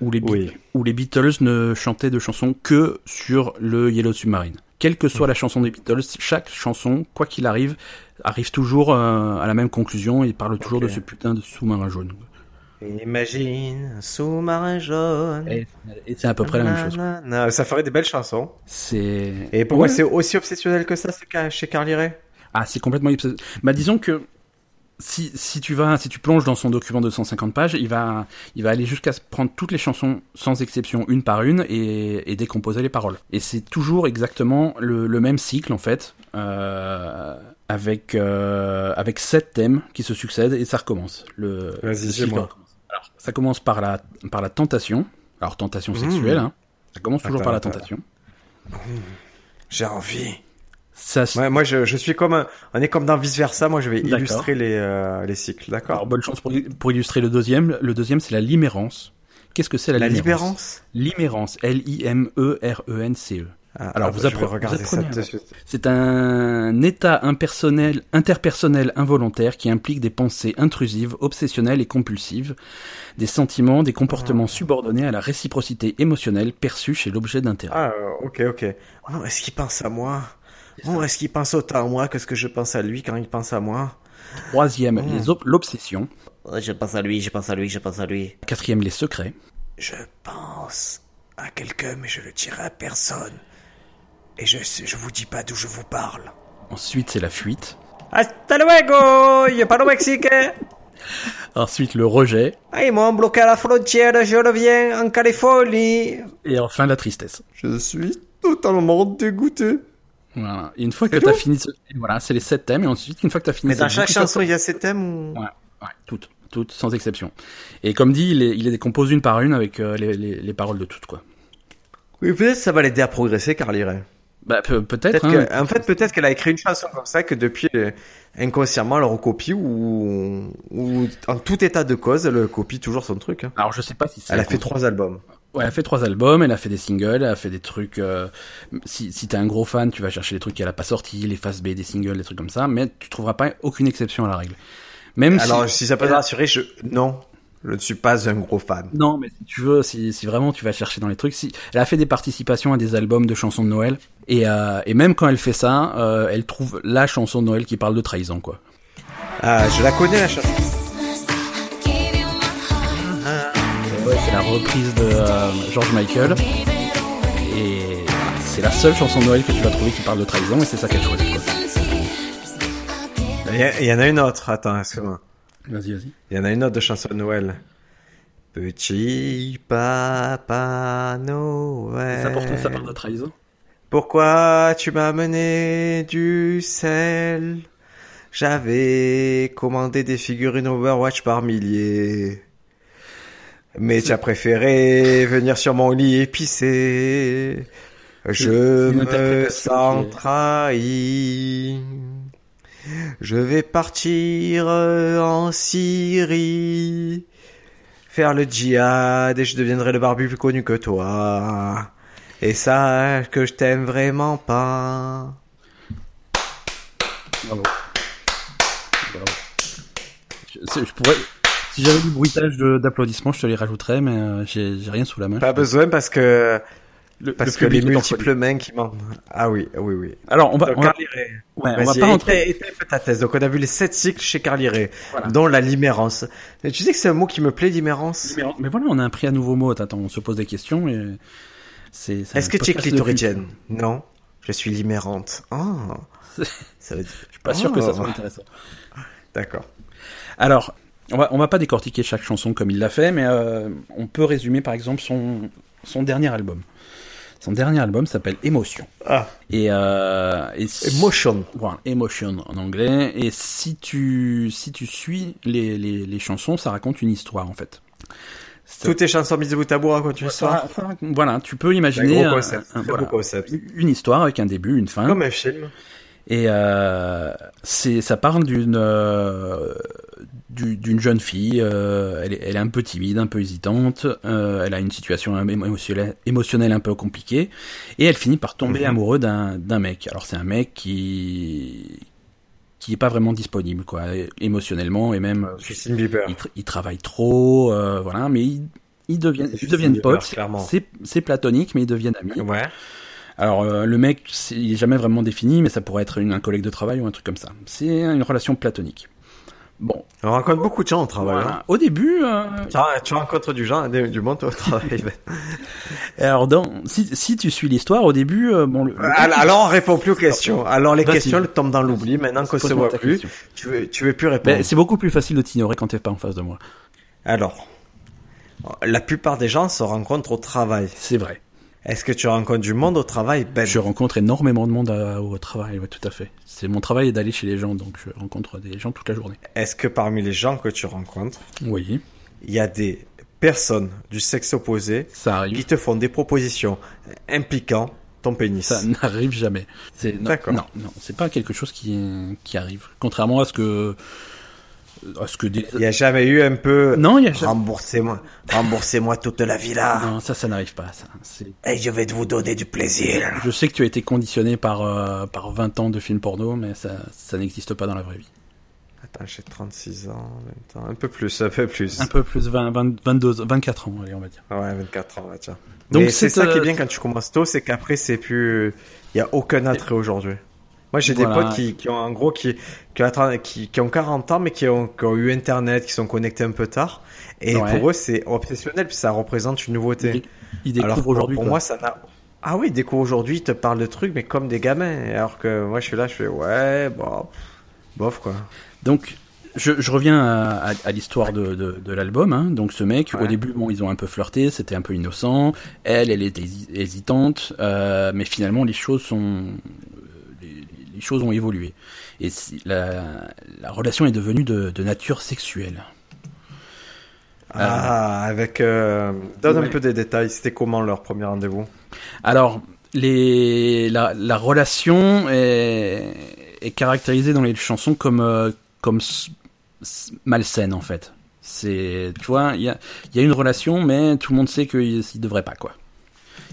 où les, Be- Oui. où les Beatles ne chantaient de chansons que sur le Yellow Submarine. Quelle que soit la chanson des Beatles, chaque chanson, quoi qu'il arrive, arrive toujours euh, à la même conclusion et parle toujours Ok. de ce putain de sous-marin jaune. Imagine un sous-marin jaune. Et, et c'est Eh, à peu près la même chose. Na, na, na. Ça ferait des belles chansons. C'est. Et pourquoi Ouais. c'est aussi obsessionnel que ça c'est ca- chez Carly Rae Ah, c'est complètement obsessionnel. Bah, disons que si, si tu vas, si tu plonges dans son document de 150 pages, il va, il va aller jusqu'à prendre toutes les chansons sans exception une par une et, et décomposer les paroles. Et c'est toujours exactement le, le même cycle en fait, euh, avec euh, avec sept thèmes qui se succèdent et ça recommence. Le, Vas-y, le cycle dis-moi. recommence. Alors, ça commence par la par la tentation. Alors tentation Mmh. sexuelle. hein. Ça commence toujours Attends, par la attends. tentation. J'ai envie. Ça se- Ouais, moi, je, je suis comme un- on est comme dans vice versa. Moi, je vais D'accord. illustrer les, euh, les cycles, Alors, d'accord. bonne chance pour, pour illustrer le deuxième. Le deuxième, c'est la limérance. Qu'est-ce que c'est la, La limérance Limérance. libérance. L-I-M-E-R-E-N-C-E. Ah, Alors, ah, vous bah, je apprenez- vais vous regarder ça apprenez, tout de alors. suite. C'est un état impersonnel, interpersonnel involontaire qui implique des pensées intrusives, obsessionnelles et compulsives, des sentiments, des comportements subordonnés à la réciprocité émotionnelle perçue chez l'objet d'intérêt. Ah, euh, ok, ok. Oh, est-ce qu'il pense à moi Oh, est-ce qu'il pense autant à moi que ce que je pense à lui quand il pense à moi Troisième, Oh. les ob- l'obsession. Ouais, Oh, Je pense à lui, je pense à lui, je pense à lui. Quatrième, les secrets. Je pense à quelqu'un, mais je le dirai à personne. Et je je vous dis pas d'où je vous parle. Ensuite, c'est la fuite. Hasta luego, il est pas le Mexique. hein Ensuite, le rejet. Ah, ils m'ont bloqué à la frontière, je reviens en Californie. Et enfin, la tristesse. Je suis totalement dégoûté. Voilà. Et une fois que t'as fini ce... et Voilà, c'est les sept thèmes. Et ensuite, une fois que t'as fini Mais dans cette chaque boucle, chanson, il y a ces thèmes ou... Ouais, ouais, toutes. Toutes, sans exception. Et comme dit, il les, il les décompose une par une avec euh, les, les- les paroles de toutes, quoi. Oui, peut-être ça va l'aider à progresser, Carly Rae. Bah, peut- peut-être. Peut-être hein. que- en fait, peut-être qu'elle a écrit une chanson comme ça que depuis, euh, inconsciemment, elle recopie ou, ou en tout état de cause, elle copie toujours son truc. hein. Alors, je sais pas si c'est. Elle a fait trois albums. Ouais, elle a fait trois albums, elle a fait des singles, elle a fait des trucs. euh, Si, si t'es un gros fan, tu vas chercher les trucs qu'elle a pas sortis, les faces B, des singles, des trucs comme ça, mais tu trouveras pas aucune exception à la règle. Même si- Alors, si ça peut te rassurer, je... non, je ne suis pas un gros fan. Non, mais si tu veux, si, si vraiment tu vas chercher dans les trucs, si elle a fait des participations à des albums de chansons de Noël, et, euh, et même quand elle fait ça, euh, elle trouve la chanson de Noël qui parle de trahison, quoi. Ah, je la connais, la chanson. C'est la reprise de euh, George Michael, et c'est la seule chanson de Noël que tu vas trouver qui parle de trahison, et c'est ça qu'elle choisit, quoi. Il y, a- il y en a une autre, attends, excuse-moi. Vas-y, vas-y. Il y en a une autre de chanson de Noël. Petit papa Noël. Ça, pourtant, ça parle de trahison. Pourquoi tu m'as amené du sel J'avais commandé des figurines Overwatch par milliers. Mais tu as préféré venir sur mon lit épicé. Je une me interprétation sens qui est- trahi. Je vais partir euh, en Syrie. Faire le djihad et je deviendrai le barbu plus connu que toi. Et sache que je t'aime vraiment pas. Bravo. Bravo. Je, c'est- je pourrais. Si j'avais du bruitage de- d'applaudissements, je te les rajouterais, mais euh, j'ai j'ai rien sous la main. Pas besoin parce que le parce que les public est en multiples mains qui mentent. Ah oui, oui, oui. Alors, Bah, on va, Donc, on va- Carly Rae. ouais, on va Vas-y, pas rentrer. étaye- étaye un peu ta thèse. Donc on a vu les sept cycles chez Carly Rae, Voilà. dont la limérance. Mais tu sais que c'est un mot qui me plaît, limérance. Mais, on- mais voilà, on a appris un nouveau mot. Attends, on se pose des questions. Et c'est. c'est Est-ce un que tu es podcast de clitoridienne Non, je suis limérante. Ah, C'est- ça veut dire. culte. Je suis pas sûr que ça Oh. soit intéressant. D'accord. Alors, on va on va pas décortiquer chaque chanson comme il l'a fait, mais euh, on peut résumer par exemple son son dernier album. Son dernier album s'appelle Émotion. Ah, Et euh, et si- emotion. Voilà, Emotion en anglais. Et si tu, si tu suis les, les, les chansons, ça raconte une histoire en fait. Ça- Toutes tes chansons mises bout hein, à bout racontent une ça- histoire. ça raconte- Voilà, tu peux Un imaginer gros un- concept. un- Très voilà, Hein beau concept. une histoire avec un début, une fin. Comme un film. Et euh, c'est, ça parle d'une euh, du- d'une jeune fille. euh, elle, est, elle est un peu timide, un peu hésitante. euh, elle a une situation émo- émotionnelle, émotionnelle un peu compliquée, et elle finit par tomber Mhm. amoureuse d'un d'un mec. Alors c'est un mec qui qui est pas vraiment disponible, quoi, é- émotionnellement et même. euh, Justin Bieber. il, tra- il travaille trop, euh, voilà, mais ils ils deviennent, ils deviennent Justin Bieber, potes. clairement. C'est- C'est platonique, mais ils deviennent amis. Ouais. Alors euh, le mec, c'est- il est jamais vraiment défini, mais ça pourrait être une, un collègue de travail ou un truc comme ça. C'est une relation platonique. Bon, On rencontre beaucoup de gens au travail. hein. voilà. au début, euh, Tu, ren- tu rencontres du, gens, des- du monde au travail. Ben. alors dans, si, si tu suis l'histoire, au début, euh, bon, le, le- Ah, alors, hein, alors, on répond plus aux questions. Alors les Vas-y. questions elles tombent dans l'oubli. Maintenant qu'on se Pose-moi voit ta plus, question. tu veux, tu veux plus Ben, répondre. c'est beaucoup plus facile de t'ignorer quand t'es pas en face de moi. Alors, la plupart des gens se rencontrent au travail. C'est vrai. Est-ce que tu rencontres du monde au travail Ben, Je rencontre énormément de monde à- au travail, ouais, tout à fait. C'est mon travail est d'aller chez les gens, donc je rencontre des gens toute la journée. est-ce que parmi les gens que tu rencontres, Oui, il y a des personnes du sexe opposé ça arrive. qui te font des propositions impliquant ton pénis Ça n'arrive jamais. C'est non, D'accord. non, non, c'est pas quelque chose qui qui arrive. Contrairement à ce que à ce que des... Il n'y a jamais eu un peu... non, il y a jamais- Remboursez-moi, remboursez-moi toute la villa. non, ça, ça n'arrive pas. Ça, c'est... Et je vais vous donner du plaisir. Je sais que tu as été conditionné par euh, par 20 ans de films porno, mais ça, ça n'existe pas dans la vraie vie. Attends, j'ai 36 ans en même temps. Un peu plus, un peu plus. Un peu plus 20, 20 22, 24 ans, allez, on va dire. Ouais, 24 ans, ouais, tiens. Donc Mais c'est c'est, ça euh, qui est bien quand tu commences tôt, c'est qu'après, c'est plus. Il n'y a aucun attrait aujourd'hui. Moi, j'ai des Voilà. potes qui, qui ont, en gros, qui, qui, ont, atteint- qui, qui ont 40 ans, mais qui ont, qui ont eu Internet, qui sont connectés un peu tard. Et Ouais. pour eux, c'est obsessionnel, puis ça représente une nouveauté. Ils- Ils découvrent alors, pour- aujourd'hui. Pour quoi. moi, ça n'a. Ah oui, dès qu'aujourd'hui, ils te parlent de trucs, mais comme des gamins. Alors que moi, je suis là, je fais ouais, bon. Bof, quoi. Donc, je, je reviens à, à- à l'histoire de, de- de l'album. hein. Donc, ce mec, au Ouais. début, bon, ils ont un peu flirté, c'était un peu innocent. Elle, elle était hési- hésitante, euh, mais finalement, les choses sont, euh, les, les choses ont évolué. Et si- la, la relation est devenue de, de nature sexuelle. Ah, avec. euh, Donne Euh, Ouais. un peu des détails. C'était comment leur premier rendez-vous Alors, les, la, la relation est, est caractérisée dans les chansons comme, euh, comme s- s- malsaine, en fait. C'est, tu vois, il y a, il y a une relation, mais tout le monde sait qu'il ne devrait pas, quoi.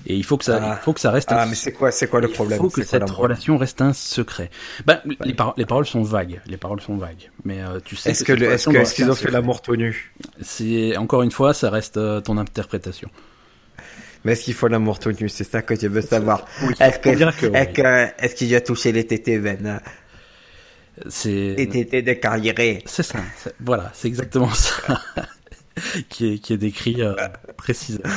Et il faut que ça, Ah. il faut que ça reste Ah, un- mais c'est quoi, c'est quoi le il problème faut que C'est quoi cette la morale relation reste un secret. Ben, les, par- les paroles sont vagues. Les paroles sont vagues. Mais euh, tu sais Est-ce que cette le- est-ce relation que- doit est-ce rester qu'ils ont un fait secret. l'amour tout nu C'est encore une fois, ça reste euh, ton interprétation. Mais est-ce qu'il faut l'amour tout nu C'est ça que je veux savoir. Oui. Est-ce que Faut dire que oui. Euh, est-ce que- est-ce qu'il a touché les tétés Ben C'est Les tétés de carriérés. C'est ça, c'est- voilà, c'est exactement ça qui, est, qui est décrit euh, précisément.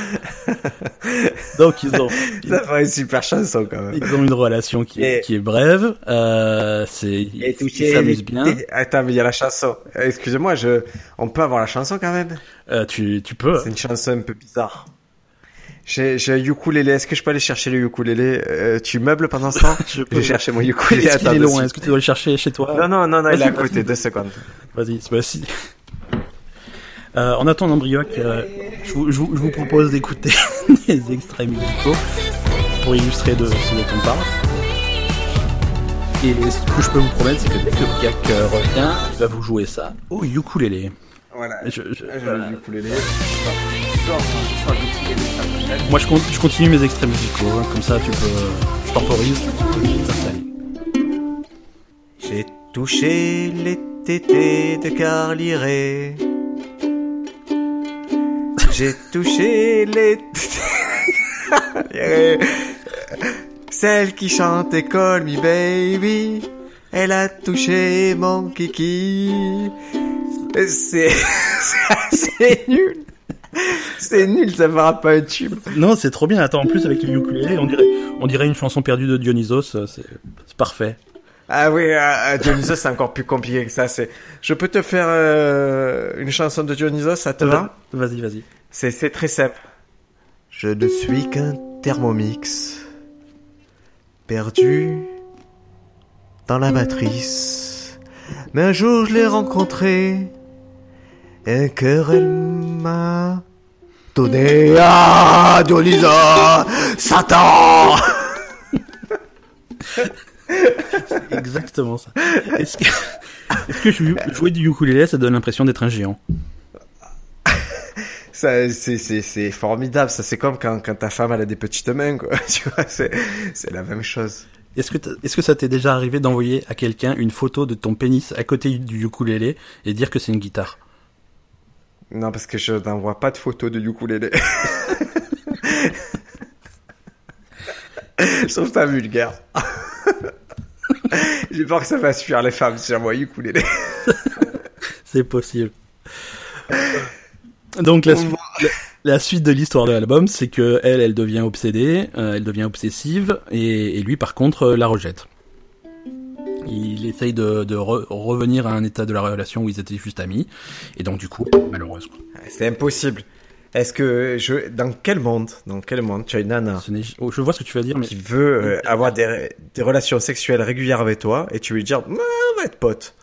Donc ils ont, ils, Ça fait une super chanson quand même. ils ont une relation qui, est- Et- qui est brève, euh, c'est, ils Et ils touché les... s'amusent bien. tétés- Attends, mais il y a la chanson. Euh, Excusez-moi, je... on peut avoir la chanson quand même Euh, tu, tu peux, C'est une chanson un peu bizarre. J'ai j'ai un ukulélé. Est-ce que je peux aller chercher le ukulélé Euh, Tu meubles pendant ce temps je peux. J'ai cherché mon ukulélé. Est-ce qu'il attends est deux loin secondes. Est-ce que tu dois le chercher chez toi Non, non, non, non, il est Vas-y, à côté. Deux secondes. Vas-y, c'est vas-y. Euh, en attendant, Brioc, euh, je, vous, je vous- je vous propose d'écouter des extraits musicaux pour illustrer de ce dont on parle. Et ce que je peux vous promettre, c'est que dès que Brioc euh, revient, il va vous jouer ça au Oh, ukulélé. Voilà. Je- je- euh, Ah, j'ai voilà. le ukulélé. Moi, je, con- je continue mes extraits musicaux, hein, comme ça tu peux temporiser. J'ai touché les tétés de Carly Rae. J'ai touché les tétés. Celle qui chantait Call Me Baby. Elle a touché mon kiki. C'est c'est nul. C'est nul, ça me fera pas un tube. Non, c'est trop bien. Attends, en plus avec le ukulélé, on dirait, on dirait une chanson perdue de Dionysos. euh, C'est c'est parfait. Ah oui, euh, euh, Dionysos, c'est encore plus compliqué que ça. C'est, je peux te faire euh, une chanson de Dionysos, ça te va Vas-y, vas-y. C'est, c'est très simple. Je ne suis qu'un thermomix perdu dans la matrice. Mais un jour, je l'ai rencontré et un cœur, elle m'a donné. Ah, Dionysos, Satan. Exactement ça. Est-ce que, est-ce que jou- jouer du ukulélé, ça donne l'impression d'être un géant Ça, c'est, c'est, c'est formidable. Ça, c'est comme quand, quand ta femme, elle a des petites mains, quoi. Tu vois, c'est, c'est la même chose. Est-ce que, t'as- est-ce que ça t'est déjà arrivé d'envoyer à quelqu'un une photo de ton pénis à côté du ukulélé et dire que c'est une guitare Non, parce que je n'envoie pas de photos de ukulélé. je trouve ça vulgaire. J'ai peur que ça fasse fuir les femmes si j'envoie ukulélé. C'est possible. Donc la, su- la- la suite de l'histoire de l'album, c'est que elle, elle devient obsédée, euh, elle devient obsessive, et, et lui, par contre, euh, la rejette. Il essaye de, de re- revenir à un état de la relation où ils étaient juste amis, et donc du coup, elle est malheureuse. quoi. C'est impossible. Est-ce que je dans quel monde, dans quel monde tu as une nana Ce n'est- oh, je vois ce que tu vas dire, mais qui veut euh, avoir des, des relations sexuelles régulières avec toi et tu lui dis on va être pote.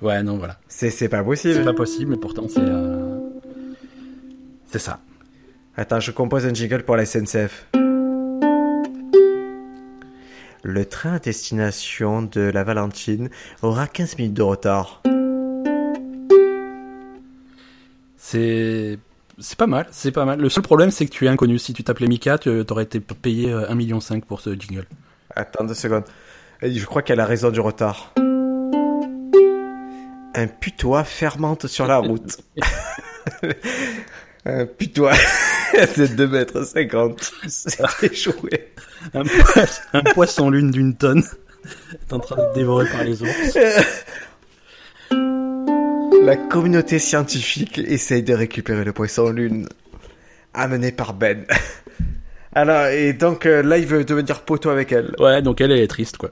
ouais, non, voilà, C'est c'est pas c'est possible. pas possible, mais pourtant c'est euh, c'est ça. Attends, je compose un jingle pour la SNCF. Le train à destination de la Valentine aura 15 minutes de retard. C'est c'est pas mal, c'est pas mal. Le seul problème, c'est que tu es inconnu. Si tu t'appelais Mika, tu aurais été payé euh, 1,5 million pour ce jingle. Attends deux secondes. Euh, Je crois qu'elle a raison du retard. Un putois fermente sur la route. Un putois de 2 mètres 50. C'est échoué. Un, poisson- un poisson lune d'une tonne est en train de dévorer par les ours. La communauté scientifique essaye de récupérer le poisson lune amené par Ben. Alors, et donc euh, là, il veut devenir poteau avec elle. Ouais, donc elle, elle est triste, quoi.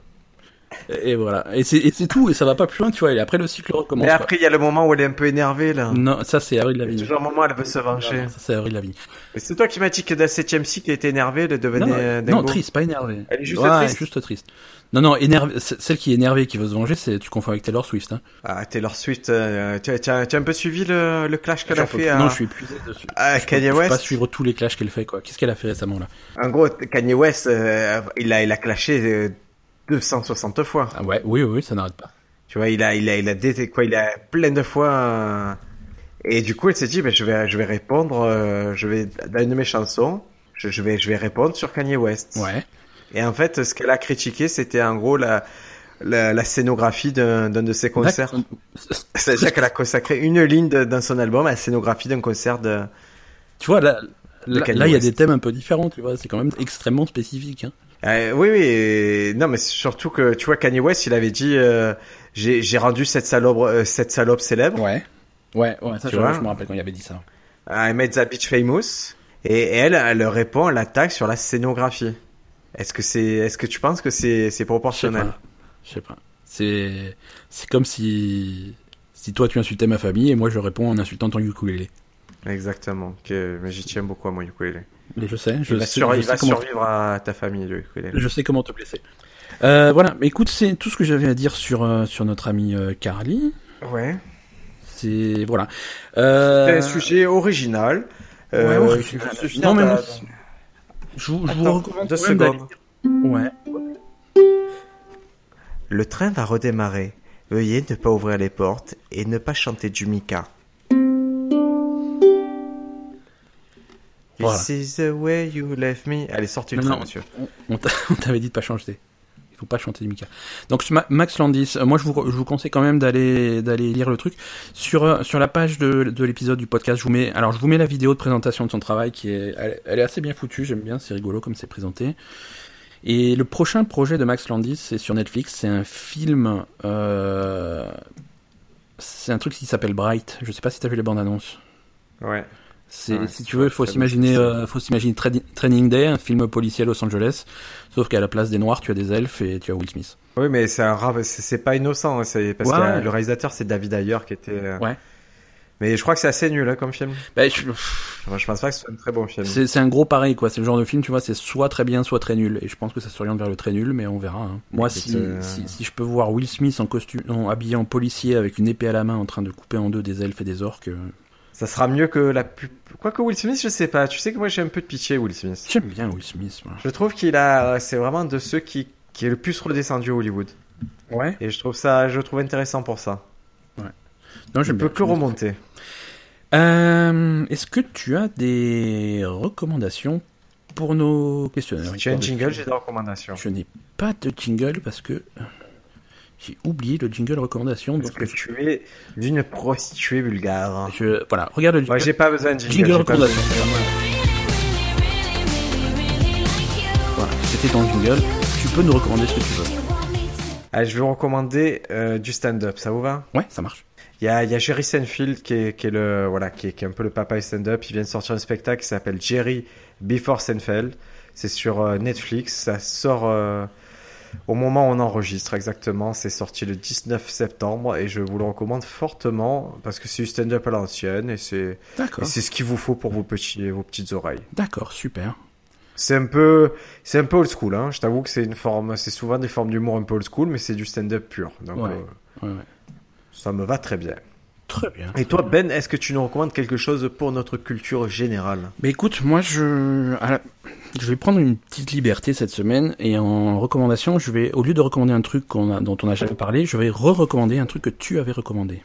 Et et voilà. Et c'est et c'est tout, et ça va pas plus loin, tu vois. Et après, le cycle recommence. Mais après, il y a le moment où elle est un peu énervée, là. quoi. Non, ça, c'est Avril Lavigne. Toujours un moment où elle veut se venger. Ça, c'est Avril Lavigne. Mais C'est toi qui m'as dit que dans 7ème cycle, elle était énervée, elle Non, devenait euh, non, dingo. non, triste, pas énervée. Elle est juste Ouais, triste. juste triste. Non, non, énervée. c- Celle qui est énervée et qui veut se venger, c'est tu confonds avec Taylor Swift. Hein. Ah, Taylor Swift, euh, tu, as- tu as, tu as un peu suivi le, le clash qu'elle J'en a peux fait plus. à, Non, je suis épuisé dessus. à Je peux- Kanye je peux West pas suivre tous les clashs qu'elle fait, quoi. Qu'est-ce qu'elle a fait récemment, là En gros, Kanye West, euh, il, a, il a clashé euh, 260 fois. Ah ouais, oui, oui, oui, ça n'arrête pas. Tu vois, il a, il a, il a, dé- quoi, il a plein de fois. euh, Et du coup, elle s'est dit, ben, je vais, je vais répondre, euh, je vais dans une de mes chansons, je, je vais, je vais répondre sur Kanye West. Ouais. Et en fait, ce qu'elle a critiqué, c'était en gros la, la, la scénographie d'un d'un de ses concerts. C'est-à-dire qu'elle a consacré une ligne de- dans son album à la scénographie d'un concert de. Tu vois, là, là, Kanye là, il y a West. des thèmes un peu différents, tu vois. C'est quand même extrêmement spécifique. Hein. Euh, oui, oui. et- Non, mais c'est surtout que tu vois, Kanye West, il avait dit, euh, j'ai j'ai rendu cette salope, euh, cette salope célèbre. Ouais. Ouais, ouais, ça, Tu je, vois je me rappelle quand il avait dit ça. I made that bitch famous. Et elle, elle répond à l'attaque sur la scénographie. Est-ce que c'est, est-ce que tu penses que c'est, c'est Je sais proportionnel pas. Je sais pas. C'est, c'est comme si, si toi tu insultais ma famille et moi je réponds en insultant ton ukulélé. Exactement. Que, mais j'y tiens beaucoup à mon ukulélé. Mais je sais, je il va, sais, sur- je il sais va comment, survivre à ta famille, le ukulélé. je sais comment te blesser. Euh, voilà, mais écoute, c'est tout ce que j'avais à dire sur, euh, sur notre ami euh, Carly. Ouais. C'est, voilà. Euh, C'est un sujet original. Euh, ouais, je- original. je suis fier Non, mais d'a- moi, je, vous- je vous Attends, recommande deux quand même d'aller- secondes. Ouais. Le train va redémarrer. Veuillez ne pas ouvrir les portes et ne pas chanter du Mika. Voilà. This is the way you left me. Allez, sortez le Non, train, non. monsieur. On- On t'a- on t'avait dit de pas changer. Il faut pas chanter de Mika. Donc Ma- Max Landis, euh, moi je vous, je vous conseille quand même d'aller d'aller lire le truc sur euh, sur la page de, de l'épisode du podcast. Je vous mets alors je vous mets la vidéo de présentation de son travail qui est elle, elle est assez bien foutue. J'aime bien, c'est rigolo comme c'est présenté. Et le prochain projet de Max Landis, c'est sur Netflix. C'est un film. euh, c'est un truc qui s'appelle Bright. Je sais pas si t'as vu les bandes annonces. Ouais. C'est- Ouais, si c'est tu veux, vrai, faut très s'imaginer, bien. euh, faut s'imaginer Tra- Training Day, un film policier à Los Angeles, sauf qu'à la place des noirs, tu as des elfes et tu as Will Smith. Oui, mais c'est un rap, c'est c'est pas innocent, hein, c'est parce Ouais, que ouais. le réalisateur c'est David Ayer qui était. euh, Ouais. Mais je crois que c'est assez nul hein, comme film. Bah, je- Moi, je pense pas que ce soit un très bon film. c'est c'est un gros pareil, quoi. C'est le genre de film, tu vois, c'est soit très bien, soit très nul. Et je pense que ça s'oriente vers le très nul, mais on verra. hein. Moi, Écoute, si, euh, si, si je peux voir Will Smith en costume, en habillé en policier avec une épée à la main, en train de couper en deux des elfes et des orques, euh, Ça sera mieux que la pub. Quoi que Will Smith, je sais pas. Tu sais que moi j'ai un peu de pitié Will Smith. j'aime bien Will Smith. Moi. Je trouve qu'il a, c'est vraiment de ceux qui qui est le plus redescendu à Hollywood. Ouais. Et je trouve ça, je le trouve intéressant pour ça. Non, Je j'aime peux bien. que remonter. Euh, Est-ce que tu as des recommandations pour nos questionnaires Si tu as un jingle, j'ai des recommandations. Je n'ai pas de jingle parce que j'ai oublié le jingle recommandation. Parce Donc que tu es d'une prostituée bulgare. je, voilà, regarde le Moi, j'ai jingle, pas besoin de jingle. jingle j'ai pas besoin. recommandation. Voilà, c'était ton jingle. Tu peux nous recommander ce que tu veux. Allez, je vais vous recommander euh, du stand-up. Ça vous va Ouais, ça marche. Il y a, il y a Jerry Seinfeld qui est, qui est le voilà qui est, qui est un peu le papa du stand-up. Il vient de sortir un spectacle qui s'appelle Jerry Before Seinfeld. C'est sur euh, Netflix. Ça sort euh, au moment où on enregistre exactement. C'est sorti le 19 septembre et je vous le recommande fortement parce que c'est du stand-up à l'ancienne et c'est et D'accord. c'est ce qu'il vous faut pour vos petits vos petites oreilles. D'accord, super. C'est un peu, c'est un peu old school. Hein. Je t'avoue que c'est une forme, c'est souvent des formes d'humour un peu old school, mais c'est du stand-up pur. Donc Ouais. euh, Ouais, ouais. ça me va très bien. Très bien. Et toi, Ben, est-ce que tu nous recommandes quelque chose pour notre culture générale Bah écoute, moi je, à la- je vais prendre une petite liberté cette semaine et en recommandation, je vais, au lieu de recommander un truc qu'on a, dont on n'a jamais parlé, je vais re-recommander un truc que tu avais recommandé.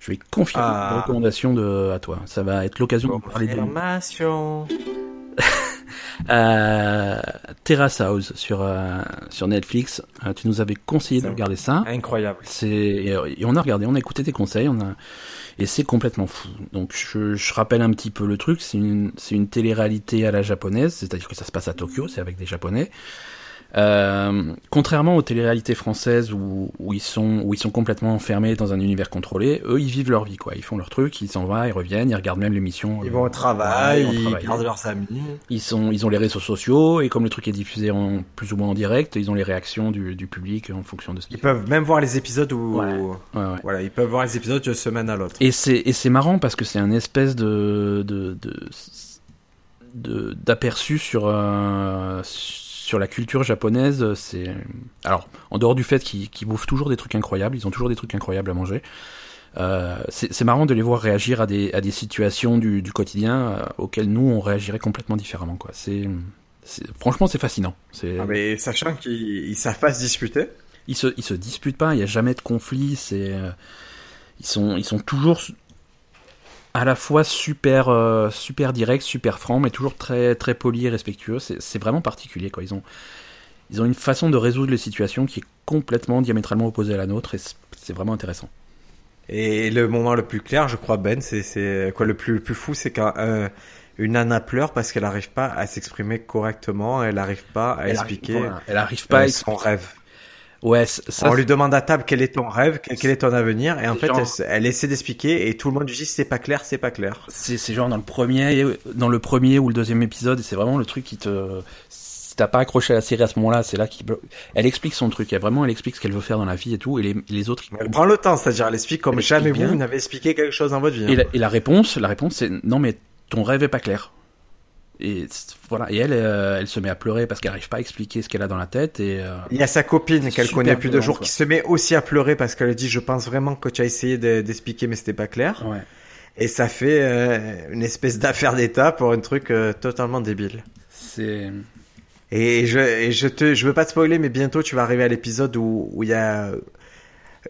Je vais confier Ah. la recommandation de, à toi. Ça va être l'occasion de parler de Confirmation. euh, Terrace House sur euh, sur Netflix. Euh, tu nous avais conseillé de C'est regarder ça. Incroyable. C'est et, euh, et on a regardé, on a écouté tes conseils, on a et c'est complètement fou. Donc je, je rappelle un petit peu le truc, c'est une c'est une télé-réalité à la japonaise, c'est-à-dire que ça se passe à Tokyo, c'est avec des japonais. Euh, contrairement aux téléréalités françaises où, où ils sont où ils sont complètement enfermés dans un univers contrôlé, eux ils vivent leur vie quoi. Ils font leur truc, ils s'en vont, ils reviennent, ils regardent même l'émission. Ils euh, vont au travail, ouais, ils vont au ils travail. gardent leurs amis. Ils, sont, ils ont les réseaux sociaux, et comme le truc est diffusé en, plus ou moins en direct, ils ont les réactions du, du public en fonction de ce Ils qu'ils peuvent même voir les épisodes où, Ouais. Ouais, ouais. voilà, ils peuvent voir les épisodes de semaine à l'autre. Et c'est et c'est marrant parce que c'est un espèce de de de- de- d'aperçu sur euh, sur la culture japonaise. C'est alors en dehors du fait qu'ils qu'ils bouffent toujours des trucs incroyables, ils ont toujours des trucs incroyables à manger. euh, c'est c'est marrant de les voir réagir à des à des situations du, du quotidien euh, auxquelles nous on réagirait complètement différemment quoi. C'est c'est- franchement c'est fascinant. C'est Ah, mais sachant qu'ils ils savent pas se disputer. ils se, ils se disputent pas, il n'y a jamais de conflit, c'est, euh, ils, sont, ils sont toujours su- à la fois super, euh, super directs, super francs, mais toujours très, très polis et respectueux. C'est c'est vraiment particulier. Quoi. Ils, ont, ils ont une façon de résoudre les situations qui est complètement diamétralement opposée à la nôtre, et c'est- c'est vraiment intéressant. Et le moment le plus clair, je crois, Ben, c'est- c'est quoi le plus, le plus fou, c'est quand euh, une nana pleure parce qu'elle n'arrive pas à s'exprimer correctement, elle n'arrive pas à expliquer arrive, voilà, elle arrive euh, pas à son expliquer. rêve. Ouais, c- ça, On lui demande à table quel est ton rêve, quel, quel est ton avenir, et en C'est fait, genre- elle, s- elle essaie d'expliquer et tout le monde lui dit c'est pas clair, c'est pas clair. C'est, c'est genre dans le premier, dans le premier ou le deuxième épisode, et c'est vraiment le truc qui te, si t'as pas accroché à la série à ce moment-là, c'est là qui, elle explique son truc, elle vraiment, elle explique ce qu'elle veut faire dans la vie et tout, et les, les autres. ils- Elle prend le temps, c'est-à-dire elle explique comme Elle jamais explique vous, bien. vous n'avez expliqué quelque chose dans votre vie. hein. Et la, et la réponse, la réponse, c'est non mais ton rêve est pas clair. Et c'est- voilà, et elle, euh, elle se met à pleurer parce qu'elle arrive pas à expliquer ce qu'elle a dans la tête et. euh, Il y a sa copine qu'elle Super connaît plus de violent, jours quoi. qui se met aussi à pleurer parce qu'elle dit je pense vraiment que tu as essayé de- d'expliquer mais c'était pas clair. ouais. Et ça fait euh, une espèce d'affaire d'État pour un truc euh, totalement débile. C'est. Et je, et je te, je veux pas te spoiler, mais bientôt tu vas arriver à l'épisode où où il y a euh,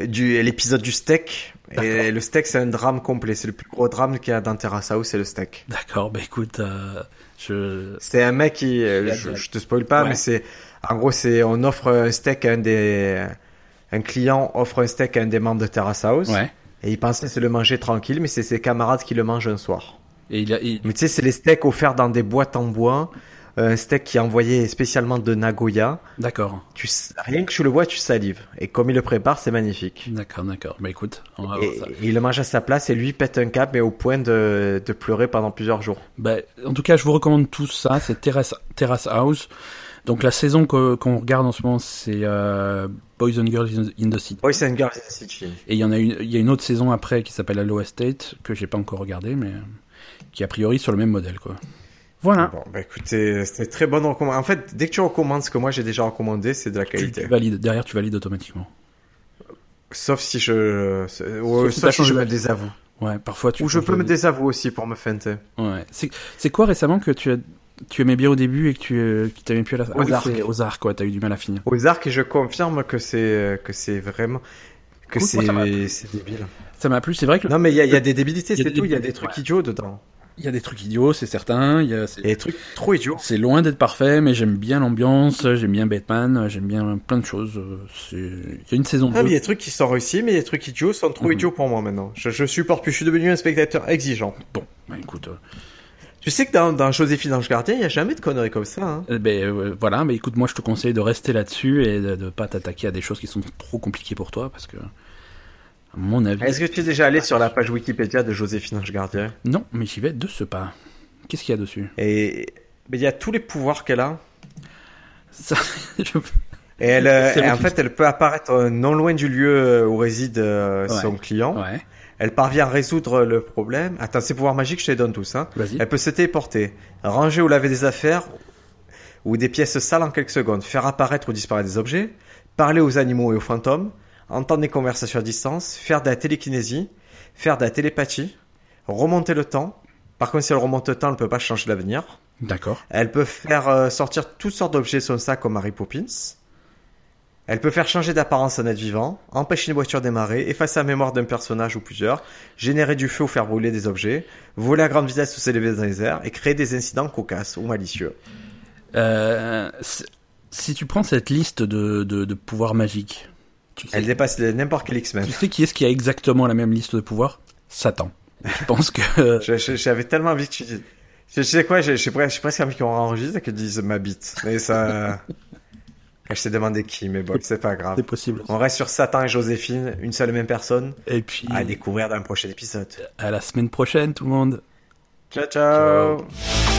du l'épisode du steak. Et le steak, c'est un drame complet. C'est le plus gros drame qu'il y a dans Terrace House, c'est le steak. D'accord, bah écoute, euh, je. C'est un mec qui, euh, Bien, je, bien. je te spoil pas, Ouais. mais c'est, en gros, c'est, on offre un steak à un des, un client offre un steak à un des membres de Terrace House. Ouais. Et il pensait se le manger tranquille, mais c'est ses camarades qui le mangent un soir. Et il a. il- Mais tu sais, c'est les steaks offerts dans des boîtes en bois. Un steak qui est envoyé spécialement de Nagoya. D'accord, Tu, s- rien que tu le vois, tu salives. Et comme il le prépare, c'est magnifique. d'accord, d'accord. Bah écoute, on va voir Et, ça. et il le mange à sa place et lui pète un cap, mais au point de, de pleurer pendant plusieurs jours. Bah, en tout cas, je vous recommande tout ça. C'est Terrace, Terrace House. Donc la saison que- qu'on regarde en ce moment, c'est euh, Boys and Girls in the- in the City. Boys and Girls in the City. Et il y en a une, il y a une autre saison après qui s'appelle Allo Estate que j'ai pas encore regardé, mais euh, qui a priori sur le même modèle quoi. Voilà. Bon, bah écoutez, c'était très bonne recommandation. En fait, dès que tu recommandes ce que moi j'ai déjà recommandé, c'est de la Tu, tu qualité. valides. Derrière, tu valides automatiquement. Sauf si je, Sauf ou- si sauf t'as si changé je me d'avis. désavoue. Ouais. Parfois, tu. Ou je peux me détester. désavouer aussi pour me feinter. Ouais. C'est, c'est quoi récemment que tu as, tu aimais bien au début et que tu, euh, que t'aimais plus à la fin. Ozark. Ozark, quoi. T'as eu du mal à finir. Aux arcs et je confirme que c'est que c'est vraiment que Écoute, moi, ça m'a c'est c'est débile. Ça m'a plu. C'est vrai que Non mais il y, a- il y a des débilités, Il y a c'est des tout. Il y a des débilités, trucs ouais. idiots dedans. il y a des trucs idiots, c'est certain. Il y a. c'est- Il y a des trucs trop idiots. C'est loin d'être parfait, mais j'aime bien l'ambiance, j'aime bien Batman, j'aime bien plein de choses. euh, C'est... Il y a une saison Ah, mais il y 2. a des trucs qui sont réussis, mais il y a des trucs idiots sont trop Mhm. idiots pour moi maintenant. Je, je supporte plus. Je suis devenu un spectateur exigeant. Bon, bah, écoute, euh, Tu sais que dans, dans Joséphine Ange Gardien, il y a jamais de conneries comme ça. Hein. eh ben, euh, voilà, mais écoute, moi je te conseille de rester là-dessus et de ne pas t'attaquer à des choses qui sont trop compliquées pour toi, parce que à mon avis. Est-ce que tu es déjà allé sur la page Wikipédia de Joséphine Ange Gardien Non, mais j'y vais de ce pas. Qu'est-ce qu'il y a dessus Et mais il y a tous les pouvoirs qu'elle a. Ça, je- Et elle, euh, C'est vrai et en qu'il- fait, elle peut apparaître euh, non loin du lieu où réside euh, Ouais. son client. Ouais, Elle parvient à résoudre le problème. Attends, ses pouvoirs magiques, je te les donne tous. Hein. vas-y. Elle peut se téléporter, ranger ou laver des affaires ou des pièces sales en quelques secondes, faire apparaître ou disparaître des objets, parler aux animaux et aux fantômes, entendre des conversations à distance, faire de la télékinésie, faire de la télépathie, remonter le temps. Par contre, si elle remonte le temps, elle ne peut pas changer l'avenir. D'accord. Elle peut faire euh, sortir toutes sortes d'objets de son sac comme Mary Poppins. Elle peut faire changer d'apparence un être vivant, empêcher une voiture de démarrer, effacer la mémoire d'un personnage ou plusieurs, générer du feu ou faire brûler des objets, voler à grande vitesse ou s'élever dans les airs, et créer des incidents cocasses ou malicieux. Euh, si- si tu prends cette liste de, de, de pouvoirs magiques, tu sais, Elle dépasse les- n'importe quel X-Men. tu sais qui est-ce qui a exactement la même liste de pouvoirs Satan. Je pense que... Je- je- J'avais tellement envie que tu dises... Je je sais quoi, je je suis pres- je suis presque envie qu'on enregistre et qu'ils disent ma bite. Mais ça... je t'ai demandé qui, mais bon, c'est pas grave. C'est possible. On reste sur Satan et Joséphine, une seule et même personne, Et puis, à découvrir dans le prochain épisode. à la semaine prochaine, tout le monde. Ciao, ciao. Ciao.